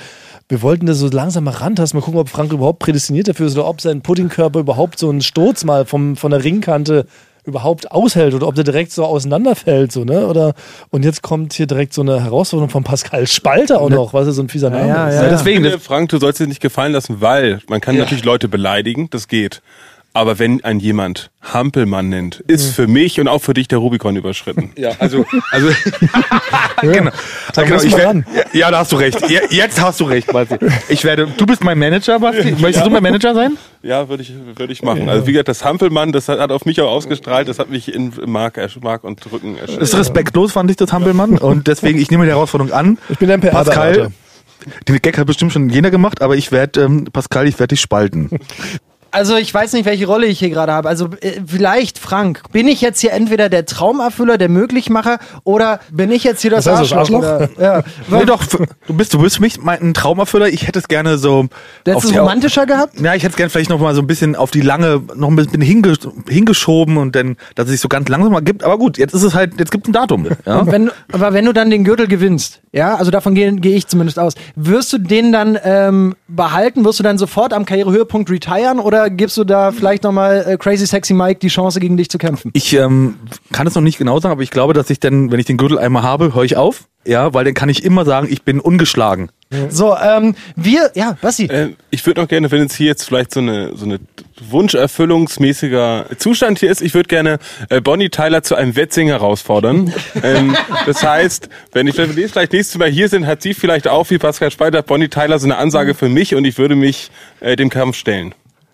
A: wir wollten da so langsam mal rantasten, mal gucken, ob Frank überhaupt prädestiniert dafür ist oder ob sein Puddingkörper überhaupt so einen Sturz mal vom, von der Ringkante überhaupt aushält oder ob der direkt so auseinanderfällt. So, ne? oder, und jetzt kommt hier direkt so eine Herausforderung von Pascal Spalter auch noch, was er so ein fieser Name ist.
D: Ne. Ja, deswegen, das- Frank, du sollst dir nicht gefallen lassen, weil man kann natürlich Leute beleidigen, das geht. Aber wenn ein jemand Hampelmann nennt, ist für mich und auch für dich der Rubikon überschritten. Mhm. Ja, also, also
L: [LAUGHS] genau.
D: Da
L: genau.
D: muss man
L: Ich wär,
D: ran.
L: ja, da hast du recht. Ja, jetzt hast du recht, Basti. Ich werde, du bist mein Manager, Basti. Möchtest du mein Manager sein?
D: Ja, würde ich, würde ich machen. Also wie gesagt, das Hampelmann, das hat, hat auf mich auch ausgestrahlt, das hat mich in Mark, ersch- Mark und Rücken erschüttert.
L: Ist respektlos, fand ich das Hampelmann. Und deswegen, ich nehme die Herausforderung an. Ich bin dein
A: PR-Berater.
L: Pascal, den Gag hat bestimmt schon jener gemacht, aber ich werde, ähm, Pascal, ich werde dich spalten.
K: Also ich weiß nicht, welche Rolle ich hier gerade habe. Also äh, vielleicht, Frank, bin ich jetzt hier entweder der Traumerfüller, der Möglichmacher oder bin ich jetzt hier das,
L: heißt,
K: Arschloch? Oder, [LAUGHS] ja.
L: Nee, [LAUGHS] doch, f- du bist, du bist für mich mein ein Traumerfüller. Ich hätte es gerne so.
K: Du hättest
L: auf
K: es
L: die-
K: romantischer gehabt?
L: Ja, ich hätte es gerne vielleicht noch mal so ein bisschen auf die lange, noch ein bisschen hinge, hingeschoben und dann, dass es sich so ganz langsam mal gibt. Aber gut, jetzt ist es halt, jetzt gibt es ein [LAUGHS] Datum. Ja?
K: Und wenn, aber wenn du dann den Gürtel gewinnst, ja, also davon gehe gehe ich zumindest aus, wirst du den dann ähm, behalten? Wirst du dann sofort am Karrierehöhepunkt retiren oder gibst du da vielleicht nochmal äh, Crazy Sexy Mike die Chance, gegen dich zu kämpfen?
L: Ich ähm, kann es noch nicht genau sagen, aber ich glaube, dass ich dann, wenn ich den Gürtel einmal habe, höre ich auf. Ja, weil dann kann ich immer sagen, ich bin ungeschlagen.
K: So, ähm, wir, ja, Basti.
D: Äh,
I: Ähm, ich würde noch gerne, wenn jetzt hier jetzt vielleicht so eine, so eine wunscherfüllungsmäßiger Zustand hier ist, ich würde gerne äh, Bonnie Tyler zu einem Wettsing
D: [LAUGHS]
I: herausfordern. ähm, das heißt, wenn ich wenn wir vielleicht nächstes Mal hier sind, hat sie vielleicht auch, wie Pascal Spalter, Bonnie Tyler so eine
D: Mhm.
I: Ansage für mich und ich würde mich äh, dem Kampf stellen.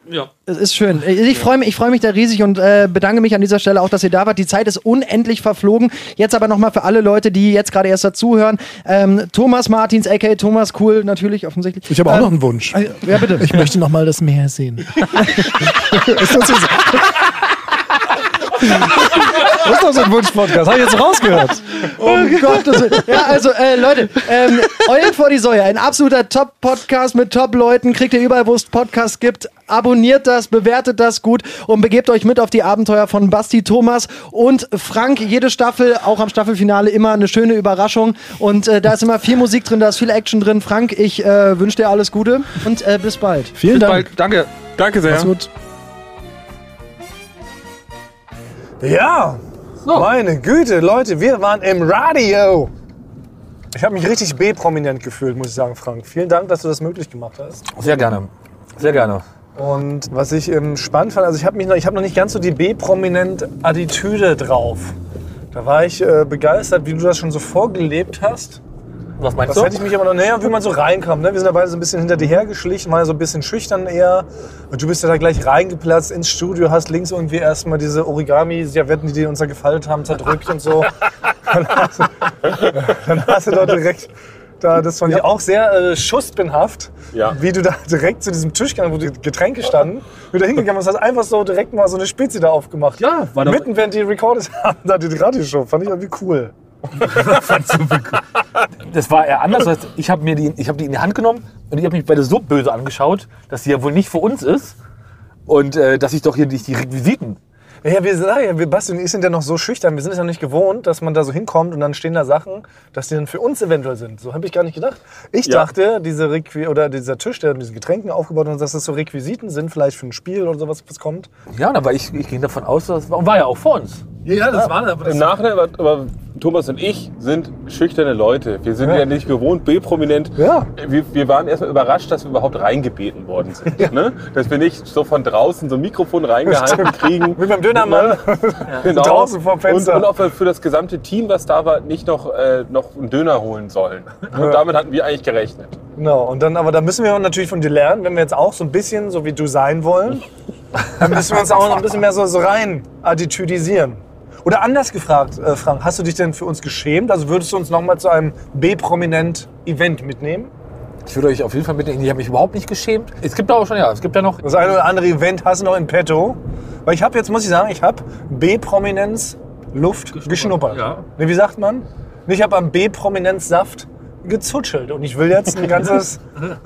K: Ja. Es ist schön. Äh, Ich freue mich, ich freue mich da riesig und äh, bedanke mich an dieser Stelle auch, dass ihr da wart. Die Zeit ist unendlich verflogen. Jetzt aber nochmal für alle Leute, die jetzt gerade erst dazuhören. Ähm, Thomas Martins, aka Thomas Cool, natürlich, offensichtlich.
O: Ich habe auch
K: Ähm,
O: noch einen Wunsch.
K: äh, Ja, bitte.
O: Ich möchte noch mal das Meer sehen. ist das so? Das ist doch so ein Wunsch-Podcast. Habe ich jetzt rausgehört.
K: Um Gottes Willen. Ja, also äh, Leute, ähm, Eulen vor die Säue, ein absoluter Top-Podcast mit Top-Leuten. Kriegt ihr überall, wo es Podcasts gibt. Abonniert das, bewertet das gut und begebt euch mit auf die Abenteuer von Basti, Thomas und Frank. Jede Staffel, auch am Staffelfinale, immer eine schöne Überraschung. Und äh, da ist immer viel Musik drin, da ist viel Action drin. Frank, ich äh, wünsche dir alles Gute und äh, bis bald.
O: Vielen Dank.
I: Danke. Danke sehr.
O: Mach's gut.
A: Ja, meine Güte, Leute, wir waren im Radio. Ich habe mich richtig B-prominent gefühlt, muss ich sagen, Frank. Vielen Dank, dass du das möglich gemacht hast.
L: Sehr gerne. Sehr gerne.
A: Und was ich ähm, spannend fand, also ich habe noch, ich hab noch nicht ganz so die B-prominent-Attitüde drauf. Da war ich äh, begeistert, wie du das schon so vorgelebt hast.
L: Was meinst
A: das
L: du?
A: hätte ich mich aber noch näher, wie man so reinkam. Ne? Wir sind da beide so ein bisschen hinter dir hergeschlichen, waren ja so ein bisschen schüchtern eher. Und du bist ja da gleich reingeplatzt ins Studio, hast links irgendwie erstmal diese Origami-Servetten, die die uns da gefaltet haben, zerdrückt und so. Dann hast, du, dann hast du dort direkt, da, das fand ich auch sehr äh, schussbinhaft,
D: Ja.
A: wie du da direkt zu diesem Tisch gegangen, wo die Getränke standen, wieder hingegangen bist, hast einfach so direkt mal so eine Spitze da aufgemacht. Ja,
L: war doch-
A: Mitten während die recorded [LAUGHS] haben, da die Radioshow. Fand ich irgendwie cool.
L: Das war eher anders. Das heißt, ich habe mir die, ich habe die in die Hand genommen und ich habe mich beide so böse angeschaut, dass sie ja wohl nicht für uns ist und äh, dass ich doch hier nicht die Requisiten.
A: Ja, wir, sind- ah ja, wir Basti und ich sind ja noch so schüchtern. Wir sind es ja nicht gewohnt, dass man da so hinkommt und dann stehen da Sachen, dass die dann für uns eventuell sind. So habe ich gar nicht gedacht. Ich
D: Ja.
A: dachte, diese Requi oder dieser Tisch, der mit diesen Getränken aufgebaut ist, dass das so Requisiten sind, vielleicht für ein Spiel oder sowas, was kommt.
L: Ja, aber ich, ich ging davon aus, dass war, war ja auch vor uns.
A: Ja, das war aber
D: Im Nachhinein, aber, aber Thomas und ich sind schüchterne Leute. Wir sind
A: Ja.
D: ja, nicht gewohnt, B-prominent.
A: Ja.
D: Wir, wir waren erstmal überrascht, dass wir überhaupt reingebeten worden sind. Ne? Dass wir nicht so von draußen so ein Mikrofon reingehalten
A: Stimmt.
D: kriegen.
A: Wie beim Dönermann.
D: Genau.
A: Draußen vorm Fenster.
D: Und, und auch für das gesamte Team, was da war, nicht noch, äh, noch einen Döner holen sollen. Und
A: Ja.
D: damit hatten wir eigentlich gerechnet.
A: Genau, und dann, aber da müssen wir natürlich von dir lernen, wenn wir jetzt auch so ein bisschen so wie du sein [LAUGHS] wollen, dann müssen wir uns auch noch ein bisschen mehr so, so rein attitüdisieren. Oder anders gefragt, äh, Frank, hast du dich denn für uns geschämt? Also würdest du uns nochmal zu einem B-Prominent-Event mitnehmen?
L: Ich würde euch auf jeden Fall mitnehmen. Ich habe mich überhaupt nicht geschämt. Es gibt da auch schon, ja, es gibt ja noch.
A: Das eine oder andere Event hast du noch in petto. Weil ich habe jetzt, muss ich sagen, ich habe B-Prominenz Luft geschnuppert.
L: ja.
A: Nee, wie sagt man? Ne, Ich habe am B-Prominenz Saft gezutschelt und ich will jetzt ein
L: [LAUGHS]
A: ganzes,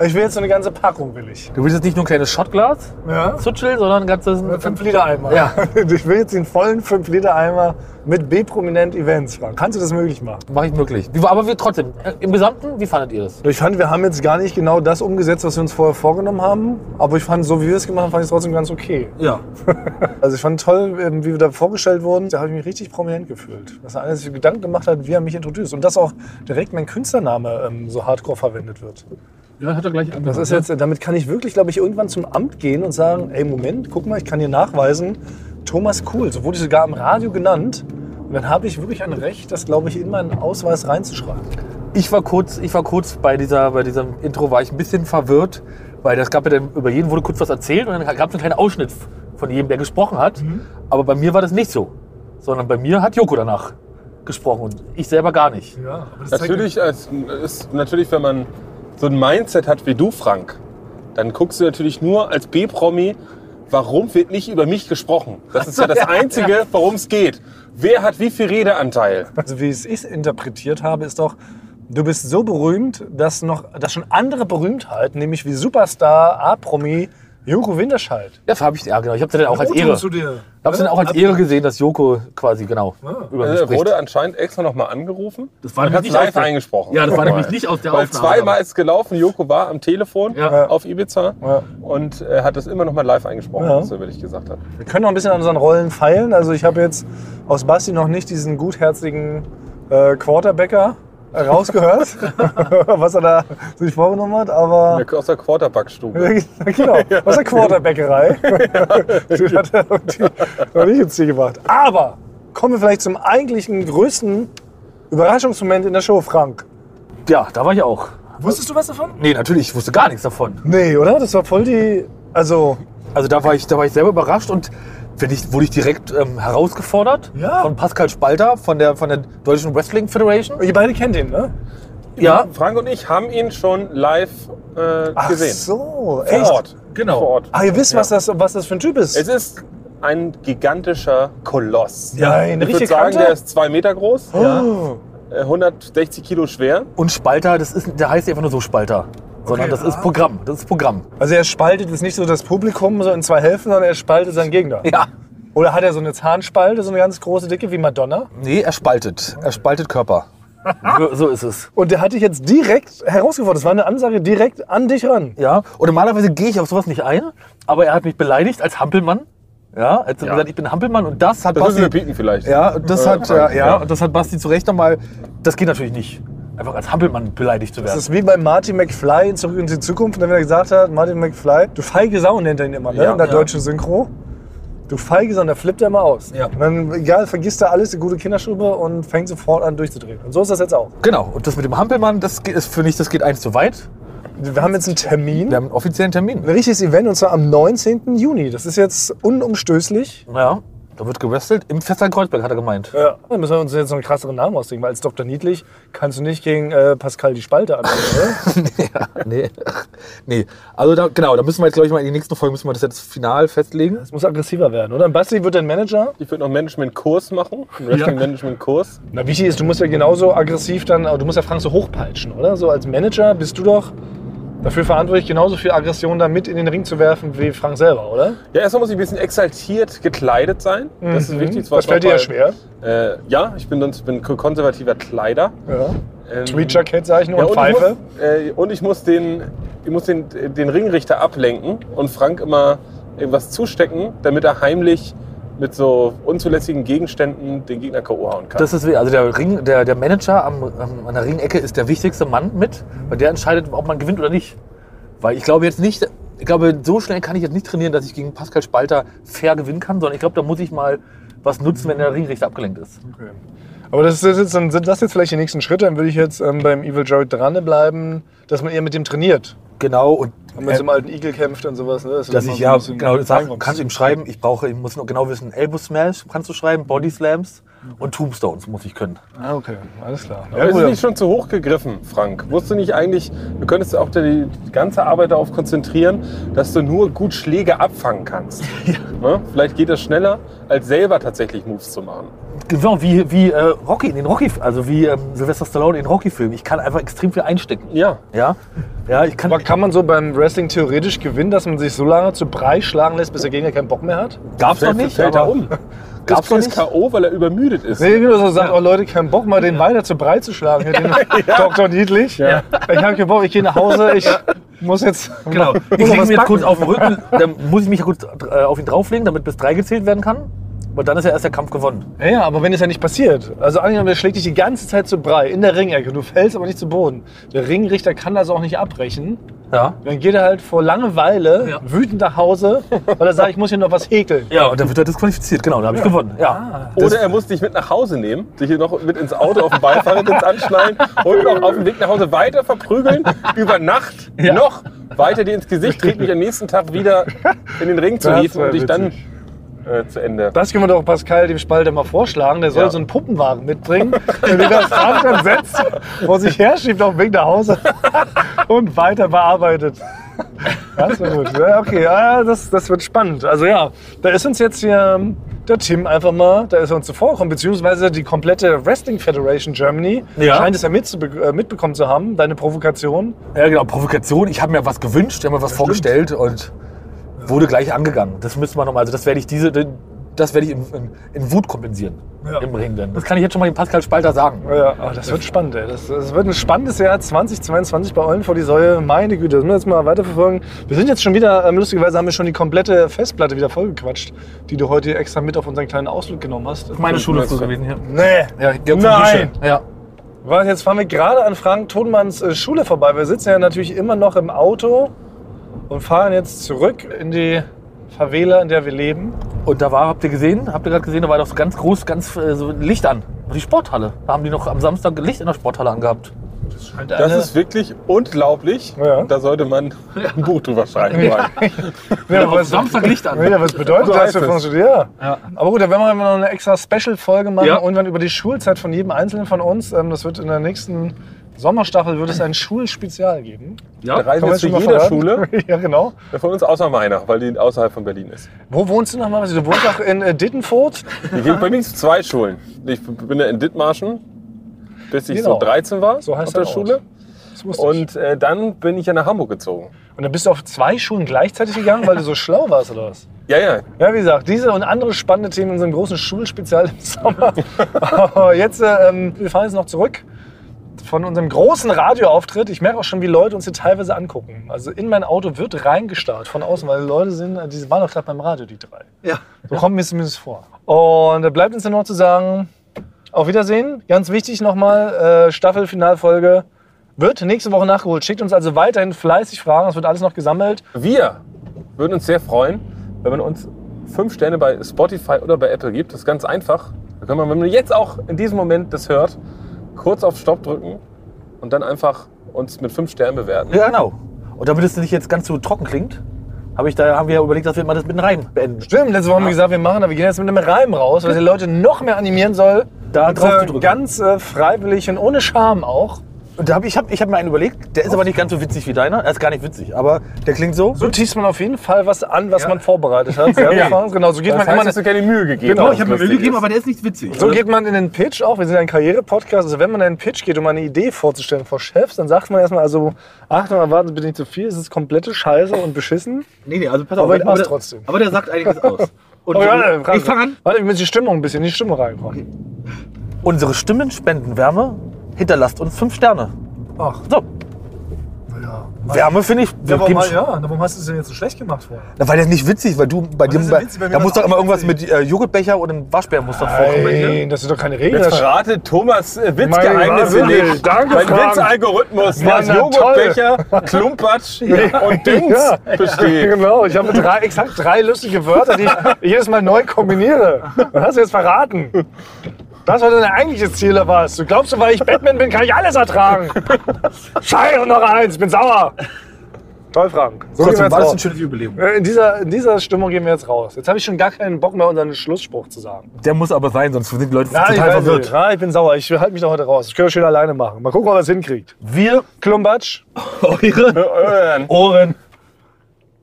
A: ich will jetzt so eine ganze Packung, will ich.
L: Du willst jetzt nicht nur ein kleines Shotglas
A: Ja.
L: zutscheln, sondern ein ganzes.
A: 5 Liter Eimer.
L: Ja.
A: [LAUGHS] Ich will jetzt den vollen 5 Liter Eimer mit B-Prominent Events fahren. Kannst du das möglich machen?
L: Mache ich möglich. Wie war- Aber wir trotzdem, äh, im Gesamten, wie fandet ihr das?
A: Ich fand, wir haben jetzt gar nicht genau das umgesetzt, was wir uns vorher vorgenommen haben. Aber ich fand, so wie wir es gemacht haben, fand ich es trotzdem ganz okay.
L: Ja.
A: [LAUGHS] Also ich fand toll, ähm, wie wir da vorgestellt wurden. Da habe ich mich richtig prominent gefühlt. Dass einer sich Gedanken gemacht hat, wie er mich introduziert. Und dass auch direkt mein Künstlername ähm, so hardcore verwendet wird.
L: Ja, hat er gleich
A: Das ist jetzt, damit kann ich wirklich, glaube ich, irgendwann zum Amt gehen und sagen, ey, Moment, guck mal, ich kann hier nachweisen, Thomas Kuhl, so wurde ich sogar im Radio genannt. Und dann habe ich wirklich ein Recht, das, glaube ich, in meinen Ausweis reinzuschreiben.
L: Ich war kurz, ich war kurz bei, dieser, bei diesem Intro war ich ein bisschen verwirrt, weil das gab ja dann, über jeden wurde kurz was erzählt und dann gab es einen kleinen Ausschnitt von jedem, der gesprochen hat. Aber bei mir war das nicht so, sondern bei mir hat Joko danach gesprochen und ich selber gar nicht.
A: Ja, aber
D: Natürlich, als, ist, natürlich, wenn man so ein Mindset hat wie du, Frank, dann guckst du natürlich nur als B-Promi, warum wird nicht über mich gesprochen? Das ist ja das
A: Ja, ja.
D: Einzige, worum es geht. Wer hat wie viel Redeanteil?
A: Also wie es ich interpretiert habe, ist doch, du bist so berühmt, dass, noch, dass schon andere Berühmtheiten, nämlich wie Superstar, A-Promi, Joko halt. Winterscheid.
L: Das habe ich, ja genau, ich habe dann auch als
A: Rotum
L: Ehre.
A: zu dir.
L: Ich habe dann auch als
A: Ab-
L: Ehre gesehen, dass Joko quasi genau über mich
D: Er
L: spricht.
D: Äh, wurde anscheinend extra nochmal angerufen.
L: Das war
D: und
L: nämlich
D: hat
L: nicht aus
D: live
L: der-
D: eingesprochen.
L: Ja, das war nämlich
D: Weil-
L: nicht aus der
D: Weil
L: Aufnahme.
D: zweimal ist gelaufen, Joko war am Telefon
L: Ja.
D: auf Ibiza und äh, hat das immer nochmal live eingesprochen,
A: Ja.
D: was er über dich gesagt hat.
A: Wir können noch ein bisschen an unseren Rollen feilen. Also ich habe jetzt aus Basti noch nicht diesen gutherzigen äh, Quarterbacker rausgehört, [LAUGHS] was er da sich vorgenommen hat, aber.
D: Aus der Quarterback-Stube.
A: genau, aus der Quarterbäckerei. Die hat er irgendwie noch nicht ins Ziel gebracht. Aber kommen wir vielleicht zum eigentlichen größten Überraschungsmoment in der Show, Frank.
L: Ja, da war ich auch.
A: Wusstest du was davon?
L: Nee, natürlich, ich wusste gar nichts davon.
A: Nee, oder? Das war voll die. Also.
L: Also da war ich, da war ich selber überrascht und finde ich, wurde ich direkt ähm, herausgefordert
A: Ja.
L: von Pascal Spalter von der, von der Deutschen Wrestling Federation.
A: Ihr beide kennt ihn, ne?
L: Ja.
D: Frank und ich haben ihn schon live äh,
A: Ach
D: gesehen.
A: so,
D: Vor
A: echt?
D: Ort. Genau. Vor Ort.
A: Ah, ihr wisst, was, das, was das für ein Typ ist.
D: Es ist ein gigantischer Koloss.
A: Ja, ein
D: ich würde
A: richtig
D: sagen,
A: Kanter?
D: der ist zwei Meter groß,
A: Oh.
D: äh, 160 Kilo schwer.
L: Und Spalter, das ist, der heißt ja einfach nur so Spalter. Sondern
A: Okay,
L: das ist
A: ah.
L: Programm. Das ist Programm.
A: Also er spaltet jetzt nicht so das Publikum so in zwei Hälften, sondern er spaltet seinen Gegner.
L: Ja.
A: Oder hat er so eine Zahnspalte, so eine ganz große, dicke wie Madonna?
L: Nee, er spaltet. Er spaltet Körper. so, so ist es.
A: Und der hat dich jetzt direkt herausgefordert. Das war eine Ansage direkt an dich ran.
L: Ja. Und normalerweise gehe ich auf sowas nicht ein, aber er hat mich beleidigt als Hampelmann. Ja, als er gesagt, ich bin Hampelmann und das hat
D: Das müssen
L: Basti.
D: wir bieten vielleicht.
L: Ja, und das
D: Äh,
L: hat, ja, ja,
D: ja.
L: und das hat Basti zu Recht nochmal. Das geht natürlich nicht. Einfach als Hampelmann beleidigt zu
A: Das
L: werden.
A: ist wie bei Marty McFly in Zurück in die Zukunft. Und wenn er gesagt hat, Marty McFly, du feige Sau nennt er ihn immer, ne?
L: Ja,
A: in der
L: ja.
A: deutschen Synchro. Du feige Sau, und da flippt er immer aus.
L: Ja.
A: Und dann, egal, vergisst er alles, die gute Kinderstube und fängt sofort an durchzudrehen. Und so ist das jetzt auch.
L: Genau. Und das mit dem Hampelmann, das geht- ist für mich, das geht eins zu weit.
A: Wir haben jetzt einen Termin.
L: Wir haben einen offiziellen Termin.
A: Ein richtiges Event und zwar am 19. Juni. Das ist jetzt unumstößlich.
L: Ja, da wird gewrestelt im Fester Kreuzberg, hat er gemeint.
A: Ja. Dann müssen wir uns jetzt noch einen krasseren Namen ausdenken, weil als Dr. Niedlich kannst du nicht gegen äh, Pascal die Spalte ne? anfangen, oder?
L: ja, nee. [LAUGHS] nee. Also da, genau, da müssen wir jetzt, glaube ich, mal in die nächsten Folgen müssen wir das jetzt final festlegen.
A: Das muss aggressiver werden, oder? Und Basti wird dein Manager.
D: Ich würde noch einen
A: [LAUGHS]
D: Management-Kurs machen, einen Wrestling-Management-Kurs.
A: Na, wichtig ist, du musst ja genauso aggressiv dann, aber du musst ja Frank so hochpeitschen, oder? So als Manager bist du doch dafür verantwortlich, genauso viel Aggression da mit in den Ring zu werfen wie Frank selber, oder?
D: Ja, erstmal muss ich ein bisschen exaltiert gekleidet sein. Das ist
A: Mhm.
D: wichtig. war
A: Das fällt dir ja
D: noch
A: schwer.
D: bei- Äh, ja, ich bin sonst bin konservativer Kleider.
A: Ja.
D: Ähm,
A: Tweet-Jacket, sag ich nur,
D: ja,
A: und,
D: und
A: Pfeife.
D: Ich muss, äh, und ich muss, den, ich muss den, den Ringrichter ablenken und Frank immer irgendwas zustecken, damit er heimlich mit so unzulässigen Gegenständen den Gegner K.O. hauen kann.
L: Das ist, also der, Ring, der, der Manager am, am, an der Ringecke ist der wichtigste Mann mit, weil der entscheidet, ob man gewinnt oder nicht. Weil ich glaube jetzt nicht, ich glaube, so schnell kann ich jetzt nicht trainieren, dass ich gegen Pascal Spalter fair gewinnen kann, sondern ich glaube, da muss ich mal was nutzen, wenn der Ringrichter abgelenkt ist.
A: Aber das ist jetzt, dann sind das jetzt vielleicht die nächsten Schritte. Dann würde ich jetzt ähm, beim Evil Jared dranbleiben, dass man eher mit dem trainiert.
L: Genau, und
A: Wenn man
L: äh,
A: mit so einem alten Igel kämpft und sowas. Ne?
L: dass
A: immer
L: ich
A: so ein
L: ja
A: bisschen
L: genau sag,
A: reinkommst.
L: kannst du ihm schreiben, ich brauche, ich muss noch genau wissen, Elbow Smash kannst du schreiben, Body Slams und Tombstones muss ich können.
A: Ah, okay, alles klar.
D: Aber ist es nicht schon zu hoch gegriffen, Frank? Wusstest du nicht eigentlich, du könntest auch die ganze Arbeit darauf konzentrieren, dass du nur gut Schläge abfangen
L: [LAUGHS]
D: kannst. Ne? Vielleicht geht das schneller, als selber tatsächlich Moves zu machen.
L: Genau, wie, wie äh, Rocky in den Rocky, also wie ähm, Sylvester Stallone in den Rocky-Filmen. Ich kann einfach extrem viel einstecken.
D: Ja.
L: Ja, ja ich kann.
A: Aber kann man so beim Wrestling theoretisch gewinnen, dass man sich so lange zu Brei schlagen lässt, bis der Gegner keinen Bock mehr hat?
L: Gab's noch nicht.
D: Fällt er
L: aber- oh,
D: um.
L: Gab's noch
D: Das ist
L: nicht.
D: K.O., weil er übermüdet ist.
A: Nee, genau, so sagt, oh Leute, keinen Bock mal, den weiter zu Brei zu schlagen,
L: [LAUGHS]
A: hier, den Dr. Niedlich.
D: Ja.
A: Ich habe keinen Bock, ich gehe nach Hause, ich muss jetzt.
L: Genau.
A: muss
L: Ich lege
A: noch
L: mich
A: was
L: jetzt
A: backen.
L: kurz auf den Rücken, dann muss ich mich kurz äh, auf ihn drauflegen, damit bis drei gezählt werden kann. Und dann ist ja erst der Kampf gewonnen.
A: Ja, Ja, aber wenn es ja nicht passiert. Also angenommen, der schlägt dich die ganze Zeit zu Brei in der Ringecke, du fällst aber nicht zu Boden. Der Ringrichter kann das auch nicht abbrechen.
L: Ja.
A: Dann geht er halt vor Langeweile wütend nach Hause, weil er sagt, ich muss hier noch was häkeln.
L: Ja, und dann wird er disqualifiziert, genau, dann habe ich gewonnen. Ja.
D: Oder er muss dich mit nach Hause nehmen, dich hier noch mit ins Auto auf dem
A: [LAUGHS]
D: Beifahrersitz anschneiden und noch auf dem Weg nach Hause weiter verprügeln, über Nacht noch weiter dir ins Gesicht treten, dich am nächsten Tag wieder in den Ring zu
A: Das
D: hieven
A: wär
D: und dich dann äh, zu Ende.
A: Das können wir doch Pascal dem Spalter mal vorschlagen. Der soll
D: Ja.
A: so einen Puppenwagen mitbringen, [LAUGHS] der den das Rad dann setzt, vor sich her schiebt auf dem Weg nach Hause [LAUGHS] und weiter bearbeitet. Das war gut. Ja, okay, ja, das, das wird spannend. Also ja, da ist uns jetzt hier ähm, der Tim einfach mal, da ist er uns zuvorgekommen, beziehungsweise die komplette Wrestling Federation Germany
L: Ja.
A: scheint es ja mitzube- äh, mitbekommen zu haben, deine Provokation.
L: Ja, genau, Provokation. Ich habe mir was gewünscht, ich habe mir was vorgestellt und wurde gleich angegangen. Das müssen wir nochmal, also das werde ich diese, das werde ich in, in, in Wut kompensieren im Ring denn. Das kann ich jetzt schon mal dem Pascal Spalter sagen.
A: Ja, aber das wird spannend, ey. Das, das wird ein spannendes Jahr 2022 bei Eulen vor die Säue. Meine Güte, das müssen wir jetzt mal weiterverfolgen. Wir sind jetzt schon wieder, ähm, lustigerweise haben wir schon die komplette Festplatte wieder vollgequatscht, die du heute extra mit auf unseren kleinen Ausflug genommen hast.
L: Meine Schule ist so gewesen hier.
A: Nee.
L: Ja, ich gehe auf die
A: Nein.
L: Dusche. Ja.
A: Was, jetzt fahren wir gerade an Frank Thonmanns äh, Schule vorbei. Wir sitzen ja natürlich immer noch im Auto und fahren jetzt zurück in die Favela, in der wir leben.
L: Und da war, habt ihr gesehen, habt ihr gerade gesehen, da war doch so ganz groß, ganz äh, so Licht an. Die Sporthalle. Da haben die noch am Samstag Licht in der Sporthalle angehabt.
D: Das ist wirklich unglaublich. Da sollte man ein Buch drüber schreiben.
A: Ja.
L: Ja, aber Samstag Licht an.
A: Ja, was bedeutet
L: So
A: das
L: heißt
A: für
L: es.
A: Franzose? Ja.
L: Ja.
A: Aber gut, da werden wir noch eine extra Special-Folge machen
L: Ja.
A: irgendwann über die Schulzeit von jedem Einzelnen von uns. Ähm, Das wird in der nächsten Sommerstaffel wird es ein Schulspezial geben.
D: Ja, da
A: Kann
D: reisen
A: man
D: wir zu
A: schon mal
D: jeder
A: verraten?
D: Schule.
A: [LAUGHS]
D: äh,
A: ja, genau.
D: Von uns außer meiner, weil die außerhalb von Berlin ist.
A: Wo wohnst du nochmal? Du wohnst auch in äh, Dittenfurt.
D: Ich bin bei mir gibt's zwei Schulen. Ich bin ja in Dithmarschen, bis ich
A: Genau.
D: so 13 war
A: So heißt
D: auf der
A: der Ort.
D: Schule.
A: wusste
D: Und äh, dann bin ich ja nach Hamburg gezogen.
A: Und dann bist du auf zwei Schulen gleichzeitig gegangen, weil du so schlau warst, oder was?
D: Ja, ja.
A: Ja, wie gesagt, diese und andere spannende Themen in unserem großen Schulspezial im Sommer. Aber jetzt, äh, ähm, wir fahren jetzt noch zurück von unserem großen Radioauftritt. Ich merke auch schon, wie Leute uns hier teilweise angucken. Also in mein Auto wird reingestarrt von außen, weil Leute sind, äh, die waren doch gerade beim Radio, die drei.
E: Ja.
A: So kommt mir zumindest vor. Und da bleibt uns nur noch zu sagen, auf Wiedersehen. Ganz wichtig nochmal, äh, Staffelfinalfolge wird nächste Woche nachgeholt. Schickt uns also weiterhin fleißig Fragen, es wird alles noch gesammelt.
D: Wir würden uns sehr freuen, wenn man uns fünf Sterne bei Spotify oder bei Apple gibt. Das ist ganz einfach. Da kann man, wenn man jetzt auch in diesem Moment das hört, kurz auf Stopp drücken und dann einfach uns mit fünf Sternen bewerten.
L: Ja, genau. Und damit es nicht jetzt ganz so trocken klingt, hab ich, da haben wir ja überlegt, dass wir mal das mit einem Reim beenden.
A: Stimmt, letzte Woche haben wir gesagt, wir machen, aber wir gehen jetzt mit einem Reim raus, was die Leute noch mehr animieren soll.
L: Da
A: Und,
L: drauf
A: äh,
L: zu drücken.
A: Ganz äh, freiwillig und ohne Scham auch.
L: Und da hab ich, hab, ich hab mir einen überlegt, der ist aber nicht ganz so witzig wie deiner. Er ist gar nicht witzig, aber der klingt so.
A: So tiest man auf jeden Fall was an, was man vorbereitet
L: [LAUGHS]
A: hat. Ja, wir
L: Ja.
A: fahren es genau, so geht
L: Das
A: man
L: heißt,
A: immer.
L: hast du keine Mühe gegeben,
A: Genau,
L: dass
A: ich habe
L: es
A: mir Mühe
L: lustig
A: gegeben, aber
P: der ist nicht witzig.
A: so geht man in den Pitch auch. Wir sind ja ein Karriere-Podcast. Also wenn man in den Pitch geht, um eine Idee vorzustellen vor Chefs, dann sagt man erstmal, also Achtung, erwarten Sie bitte nicht zu viel, es ist komplette Scheiße und beschissen.
P: Nee, nee, also pass auf.
A: Aber ich
P: aber,
A: mach's
P: der-
A: trotzdem.
P: aber der sagt einiges
L: [LAUGHS]
P: aus. Und
A: Oh, ja,
P: ich fang an.
A: Warte, wir müssen die Stimmung ein bisschen in die Stimmung reinkommen.
L: Unsere Stimmen spenden Wärme, hinterlasst uns fünf Sterne.
A: Ach.
L: So. Wärme finde ich. wir geben-
A: warum hast du es denn jetzt so schlecht gemacht vorher?
L: Na, weil der ist nicht witzig, weil du bei dir.
A: ist denn
L: bei-
A: witzig? Bei mir
L: Da muss
A: war's
L: doch immer
A: auch
L: irgendwas mit äh, Joghurtbecher und einem Waschbär muss doch
A: Nein,
P: ne?
L: vorkommen.
A: das sind doch keine Regeln.
D: Jetzt verrate Thomas äh, Witzgeheimnisse
A: Meine Güte,
D: nicht.
A: danke,
D: mein
A: Frank.
D: Witzalgorithmus,
A: Mann,
D: was
A: na,
D: Joghurtbecher,
A: [LAUGHS]
D: Klumpatsch und Dings
A: Ja,
D: besteht.
A: [LAUGHS] Genau, ich habe drei, exakt drei lustige Wörter, die ich jedes Mal neu kombiniere. Das hast du jetzt verraten. Das war dein eigentliches Ziel, oder was? Du glaubst, weil ich Batman bin, kann ich alles ertragen. Scheiße, noch eins, bin sauer. Toll, Frank. So gehen wir
P: Trotzdem
A: jetzt
P: war das ein
A: raus.
P: schönes Überleben.
A: Äh, In dieser, in dieser Stimmung gehen wir jetzt raus. Jetzt habe ich schon gar keinen Bock mehr, unseren Schlussspruch zu sagen.
L: Der muss aber sein, sonst sind die Leute
A: Nein, ich,
P: also
L: total
A: weiß
L: verwirrt.
A: nicht. Nein, ich bin sauer. Ich halte mich da heute raus. Ich könnte schön alleine machen. Mal gucken, ob er es hinkriegt.
L: Wir
A: Klumbatsch.
P: Eure
D: Ohren.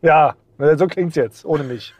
A: Ja, so klingt's jetzt, ohne mich.